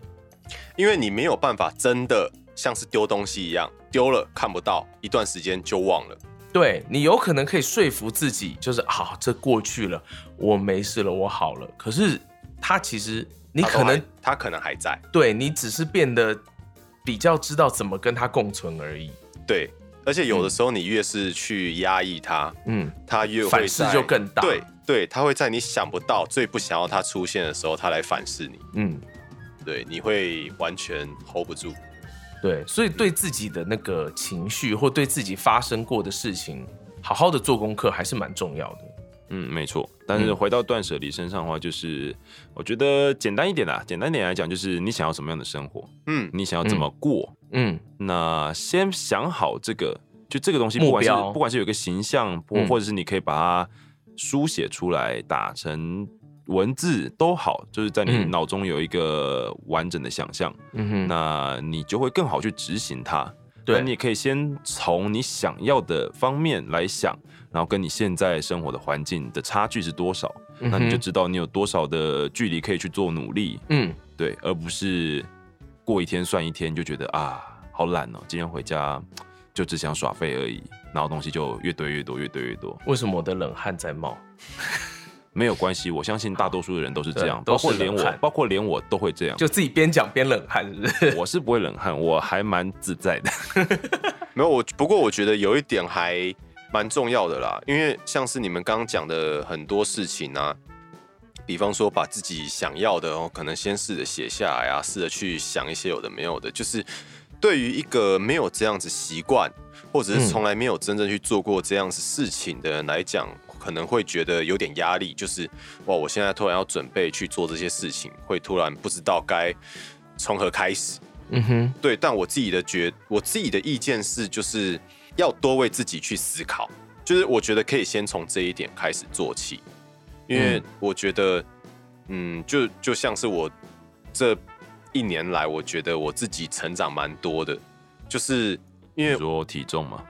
D: 因为你没有办法真的像是丢东西一样，丢了看不到，一段时间就忘了。
C: 对你有可能可以说服自己，就是啊，这过去了，我没事了，我好了。可是他其实你
D: 它都
C: 可能
D: 还它可能还在，
C: 对你只是变得比较知道怎么跟他共存而已。
D: 对，而且有的时候你越是去压抑它，
C: 嗯，
D: 它越会
C: 反噬
D: 在
C: 就更大
D: 对对，它会在你想不到、最不想要它出现的时候，它来反噬你。
C: 嗯，
D: 对，你会完全 hold 不住。
C: 对，所以对自己的那个情绪或对自己发生过的事情，好好的做功课还是蛮重要的。
B: 嗯，没错。但是回到断舍离身上的话，就是、我觉得简单一点啦，简单一点来讲，就是你想要什么样的生活，
D: 嗯，
B: 你想要怎么过，
C: 嗯
B: 那先想好这个，就这个东西，
C: 目
B: 不管是
C: 标
B: 不管是有一个形象，或
C: 嗯
B: 或者是你可以把它书写出来，打成文字都好，就是在你
C: 嗯
B: 脑中有一个完整的想象，
C: 嗯哼，
B: 那你就会更好去执行它。
C: 对
B: 那你也可以先从你想要的方面来想，然后跟你现在生活的环境的差距是多少，
C: 嗯哼
B: 那你就知道你有多少的距离可以去做努力，
C: 嗯，
B: 对，而不是过一天算一天，就觉得啊好懒哦，今天回家就只想耍废而已，然后东西就越堆越多，越堆越多。
C: 为什么我的冷汗在冒？
B: 没有关系，我相信大多数的人都是这样，包
C: 对都是
B: 括连
C: 冷
B: 我
C: 汗，
B: 包括连我都会这样。
C: 就自己边讲边冷汗，是不是？
B: 我是不会冷汗，我还蛮自在的。
D: 没有我，不过我觉得有一点还蛮重要的啦，因为像是你们刚刚讲的很多事情啊，比方说把自己想要的哦，可能先试着写下来啊，试着去想一些有的没有的，就是对于一个没有这样子习惯，或者嗯是从来没有真正去做过这样子事情的人来讲。可能会觉得有点压力，就是哇，我现在突然要准备去做这些事情，会突然不知道该从何开始。
C: 嗯哼，
D: 对，但我自己的觉，我自己的意见是，就是要多为自己去思考，就是我觉得可以先从这一点开始做起，因为我觉得，嗯，就就像是我这一年来，我觉得我自己成长蛮多的，就是因
B: 你
D: 为
B: 说体重嘛，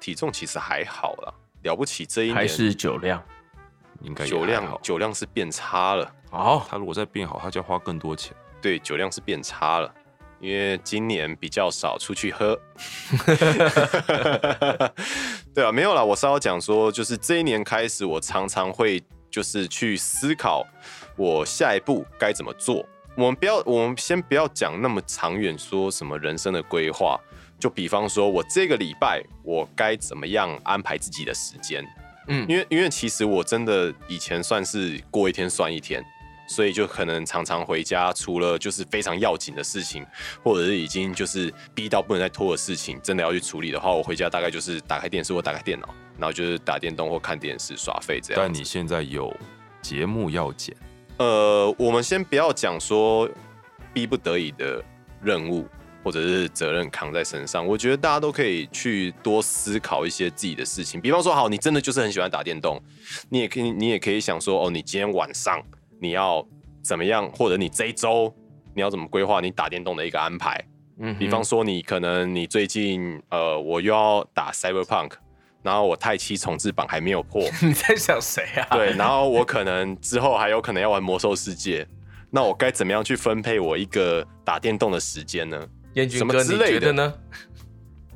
D: 体重其实还好啦，了不起这一
C: 还
D: 年
C: 是酒量。
B: 应该也
D: 酒
B: 还
D: 量
B: 好。
D: 酒量是变差了，
C: 好、
B: 他如果再变好，他就要花更多钱。
D: 对，酒量是变差了。因为今年比较少出去喝，对啊，没有啦，我是要讲说，就是这一年开始，我常常会就是去思考我下一步该怎么做。我们不要，我们先不要讲那么长远，说什么人生的规划。就比方说，我这个礼拜我该怎么样安排自己的时间？
C: 嗯
D: 因为因为其实我真的以前算是过一天算一天，所以就可能常常回家，除了就是非常要紧的事情，或者是已经就是逼到不能再拖的事情，真的要去处理的话，我回家大概就是打开电视或打开电脑，然后就是打电动或看电视耍废这样子。
B: 但你现在有节目要剪，
D: 呃，我们先不要讲说逼不得已的任务或者是责任扛在身上，我觉得大家都可以去多思考一些自己的事情。比方说，好，你真的就是很喜欢打电动，你也可以，你也可以想说，哦，你今天晚上你要怎么样，或者你这一周你要怎么规划你打电动的一个安排。
C: 嗯哼
D: 比方说，你可能你最近呃，我又要打 Cyberpunk，然后我太七重置版还没有破。
C: 你在想谁啊？
D: 对，然后我可能之后还有可能要玩魔兽世界，那我该怎么样去分配我一个打电动的时间呢？
C: 燕军
D: 什么
C: 哥，
D: 之
C: 你
D: 类
C: 觉
D: 的
C: 得呢？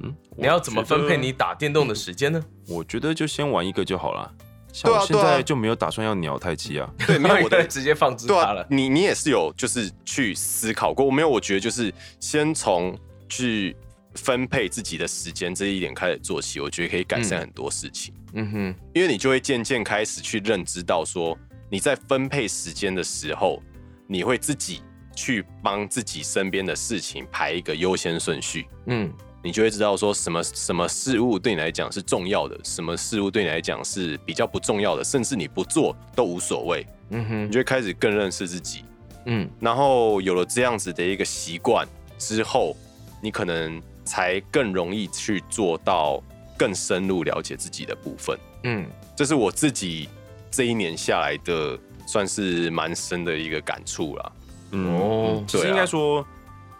B: 嗯，
C: 你要怎么分配
B: 我觉
C: 你打电动的时间呢？
B: 得？我觉得就先玩一个就好了。像
D: 对
B: 我
D: 啊
B: 现
D: 对啊
B: 在就没有打算要鸟太七啊。
D: 对，没 有 我的。
C: 直接放置
D: 对
C: 他
D: 啊
C: 了，。
D: 你你也是有就是去思考过，我没有，我觉得就是先从去分配自己的时间这一点开始做起，我觉得可以改善很多事情，
C: 嗯哼，
D: 因为你就会渐渐开始去认知到说你在分配时间的时候，你会自己去帮自己身边的事情排一个优先顺序。
C: 嗯
D: 你就会知道说什么什么事物对你来讲是重要的，什么事物对你来讲是比较不重要的，甚至你不做都无所谓。
C: 嗯
D: 你
C: 哼，
D: 就会开始更认识自己，
C: 嗯
D: 然后有了这样子的一个习惯之后，你可能才更容易去做到更深入了解自己的部分。
C: 嗯，
D: 这是我自己这一年下来的算是蛮深的一个感触啦。
B: 嗯，
C: 哦
B: 其实
D: 对啊
B: 应该说，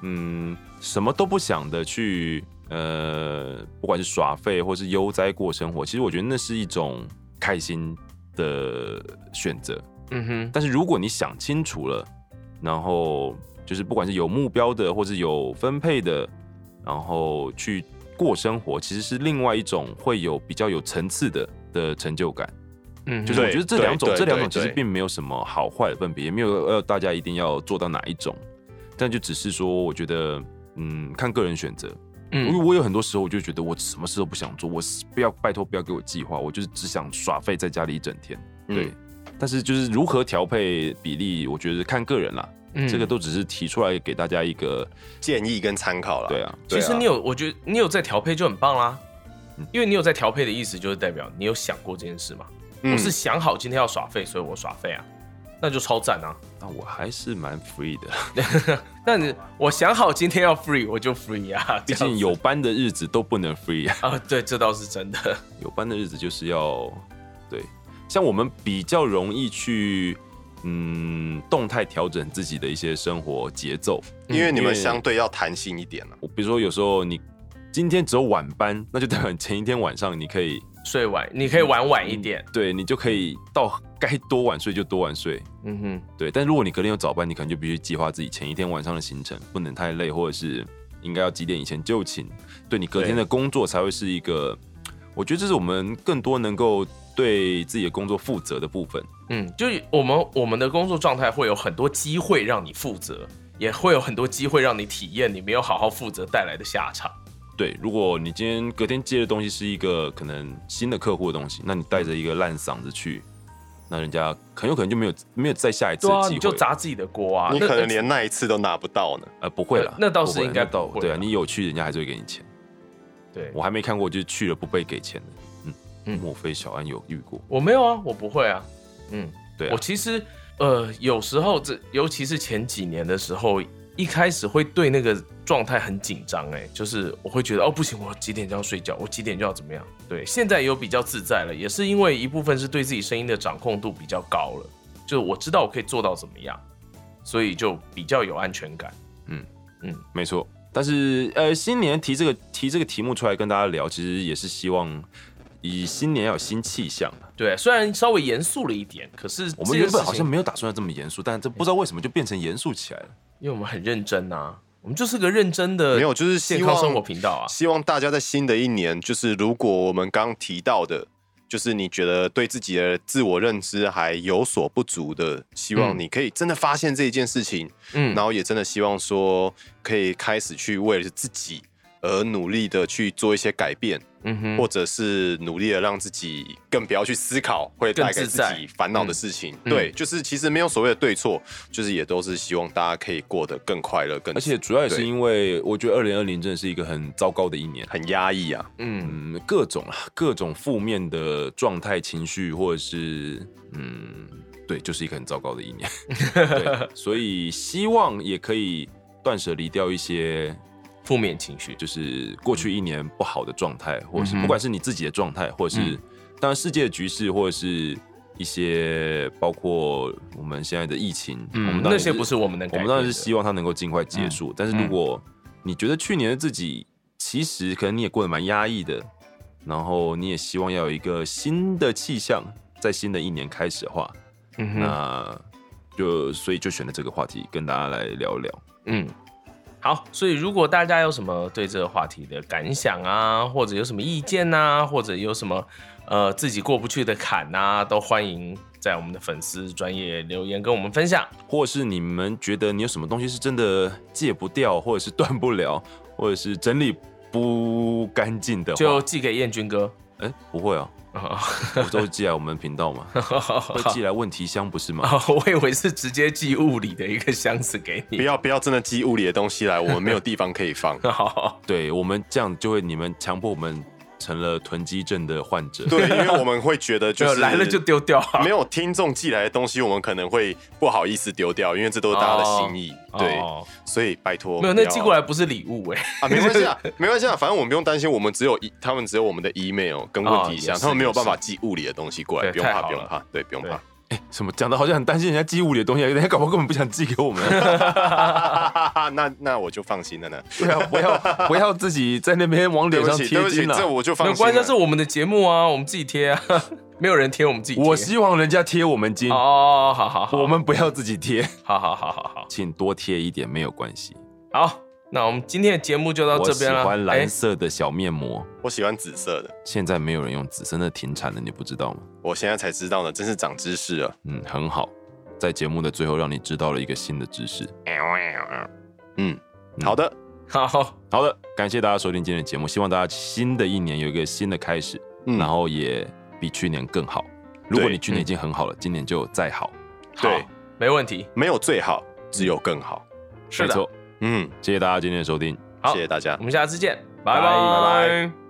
B: 嗯，什么都不想的去，呃，不管是耍废或是悠哉过生活，其实我觉得那是一种开心的选择。
C: 嗯哼，
B: 但是如果你想清楚了，然后就是不管是有目标的，或是有分配的，然后去过生活，其实是另外一种会有比较有层次的的成就感。
C: 嗯哼，
B: 就是我觉得这两种
D: 对，对
B: 这两种其
D: 对
B: 实
D: 对
B: 并没有什么好坏的分别，也没有要大家一定要做到哪一种，但就只是说，我觉得，嗯，看个人选择。因为
C: 嗯
B: 我有很多时候，我就觉得我什么事都不想做，我是不要拜托不要给我计划，我就是只想耍废在家里一整天。对，
D: 嗯
B: 但是就是如何调配比例，我觉得看个人啦，
C: 嗯
B: 这个都只是提出来给大家一个，
D: 建议跟参考啦。
B: 对啊，
C: 其实
D: 对啊
C: 你有，我觉得你有在调配就很棒啦，因为你有在调配的意思，就是代表你有想过这件事嘛。
D: 嗯
C: 我是想好今天要耍废，所以我耍废啊，那就超赞啊。
B: 那我还是蛮 free 的，
C: 但是我想好今天要 free，我就 free 啊。
B: 毕
C: 这样
B: 竟有班的日子都不能 free 啊。
C: 啊，对，这倒是真的。
B: 有班的日子就是要对，像我们比较容易去嗯动态调整自己的一些生活节奏。
D: 因为你
B: 因为
D: 们相对要弹性一点了、啊
B: 我比如说有时候你今天只有晚班，那就代表你前一天晚上你可以
C: 睡晚，你可以玩晚一点。
B: 对你就可以到该多晚睡就多晚睡。
C: 嗯哼，
B: 对，但如果你隔天有早班，你可能就必须计划自己前一天晚上的行程，不能太累，或者是应该要几点以前就寝，对你隔天的工作才会是一个，我觉得这是我们更多能够对自己的工作负责的部分。
C: 嗯，就是我们我们的工作状态会有很多机会让你负责，也会有很多机会让你体验你没有好好负责带来的下场。
B: 对，如果你今天隔天接的东西是一个可能新的客户的东西，那你带着一个烂嗓子去，那人家很有可能就没有没有再下一次
C: 对
B: 的
C: 啊，
B: 机
C: 你
B: 会，
C: 就砸自己的锅啊。
D: 你
C: 那
D: 可能连那一次都拿不到呢。
B: 呃不会了，
C: 那那倒是
B: 不会
C: 应该
B: 那倒
C: 不会
B: 对啊，
C: 啦
B: 你有去人家还是会给你钱，
C: 对
B: 我还没看过就是去了不被给钱的，嗯
C: 嗯
B: 嗯，莫非小安有遇过？
C: 我没有啊，我不会啊。嗯，
B: 对啊
C: 我其实呃，有时候这，尤其是前几年的时候，一开始会对那个状态很紧张，哎，就是我会觉得哦，不行，我几点就要睡觉，我几点就要怎么样。对，现在有比较自在了，也是因为一部分是对自己声音的掌控度比较高了，就是我知道我可以做到怎么样，所以就比较有安全感。
B: 没错。但是呃，新年提这个提这个题目出来跟大家聊，其实也是希望以新年要有新气象。
C: 对，虽然稍微严肃了一点，可是
B: 我们
C: 这件
B: 原本
C: 事
B: 好
C: 情
B: 像没有打算要这么严肃，但这不知道为什么就变成严肃起来了。
C: 因为我们很认真啊，我们就是个认真的，
D: 没有，就是
C: 健
D: 希
C: 康
D: 望
C: 生活频道啊。
D: 希望大家在新的一年，就是如果我们刚提到的，就是你觉得对自己的自我认知还有所不足的，希望
C: 嗯
D: 你可以真的发现这一件事情，
C: 嗯
D: 然后也真的希望说可以开始去为了自己而努力的去做一些改变，
C: 嗯哼
D: 或者是努力的让自己更不要去思考会带给
C: 更自
D: 自
C: 在
D: 己烦恼的事情。
C: 嗯
D: 对，就是其实没有所谓的对错，就是也都是希望大家可以过得更快乐，更
B: 而且主要也是
D: 对
B: 因为我觉得二零二零真的是一个很糟糕的一年，
D: 很压抑啊。
C: 嗯，
B: 嗯，各种啊，各种负面的状态、情绪，或者是嗯，对，就是一个很糟糕的 一年。对，所以希望也可以断舍离掉一些
C: 负面情绪，
B: 就是过去一年不好的状态，或者是
C: 嗯哼
B: 不管是你自己的状态，或者是
C: 嗯
B: 当然世界的局势，或者是一些包括我们现在的疫情，我
C: 嗯
B: 们，当
C: 那
B: 然
C: 些不是我们能
B: 我
C: 改变
B: 们
C: 的，
B: 当
C: 嗯
B: 然是希望它能够尽快结束。但是如果你觉得去年的自己，其实可能你也过得蛮压抑的，然后你也希望要有一个新的气象，在新的一年开始的话，
C: 嗯哼，
B: 那就所以就选了这个话题跟大家来聊聊。
C: 嗯，好，所以如果大家有什么对这个话题的感想啊，或者有什么意见呐、或者有什么呃自己过不去的坎呐、都欢迎在我们的粉丝专业留言跟我们分享。
B: 或是你们觉得你有什么东西是真的戒不掉，或者是断不了，或者是整理不干净的话，
C: 就寄给燕军哥。
B: 哎、不会哦，
C: 哦
B: 我都寄来我们频 道嘛，会寄来问题箱不是吗？
C: 哦我以为是直接寄物理的一个箱子给
D: 不
C: 你。。
D: 要不要真的寄物理的东西来，我们没有地方可以放
C: 好，
B: 对我们这样就会你们强迫我们成了囤积症的患者。
D: 对，因为我们会觉得就
C: 就是来了就。丢掉啊。
D: 没有听众寄来的东西，我们可能会不好意思丢掉，因为这都是大家的心意。对，
C: 哦
D: 所以拜托
C: 没有，
D: 不
C: 那
D: 要
C: 寄过来不是礼物哎、
D: 啊，没关 系啊，没关系啊，反正我们不用担心，我们只有一，他们只有我们的 email 跟问
C: 哦
D: 题箱，
C: 也是
D: 他们没有办法寄物理的东西过来，
C: 也是
D: 不用怕，
C: 对
D: 不用怕，对，不用
C: 对
D: 怕。
B: 哎、什么讲的好像很担心人家寄物里的东西，啊人家搞不好根本不想寄给我们。
D: 那那我就放心了呢。
B: 对啊， 不要不要自己在那边往
D: 对
B: 脸
D: 不
B: 上
D: 起，
B: 贴
D: 对不起，
B: 金
D: 这
B: 啊！
D: 我就放
C: 没
D: 心
C: 有
D: 了。
C: 关系，这是我们的节目啊，我们自己贴啊， 没有人贴，我们自己贴。
B: 我希望人家贴我们金，
C: 哦，好好好，
B: 我们不要自己贴，
C: 好好好好好
B: 请多贴一点没有关系。
C: 好，那我们今天的节目就到
B: 我
C: 这
B: 喜
C: 边了。
B: 欢
C: 哎
B: 蓝色的小面膜，
D: 我喜欢紫色的，
B: 现在没有人用紫色的停产了，你不知道吗？
D: 我现在才知道呢，真是长知识了。
B: 嗯，很好，在节目的最后让你知道了一个新的知识。
D: 嗯，好的，
C: 哎好，
B: 好的，感谢大家收听今天的节目，希望大家新的一年有一个新的开始，
D: 嗯
B: 然后也比去年更好。如果
D: 对
B: 你去年已经很好了，今年就再好。
D: 对
C: 好，没问题。
D: 没有最好，只有更好。
C: 是
B: 没
C: 的，
B: 错，
D: 嗯，
B: 谢谢大家今天的收听。
C: 好
D: 谢谢大家
C: 我。们下次见，拜
B: 拜
C: 拜
D: 拜。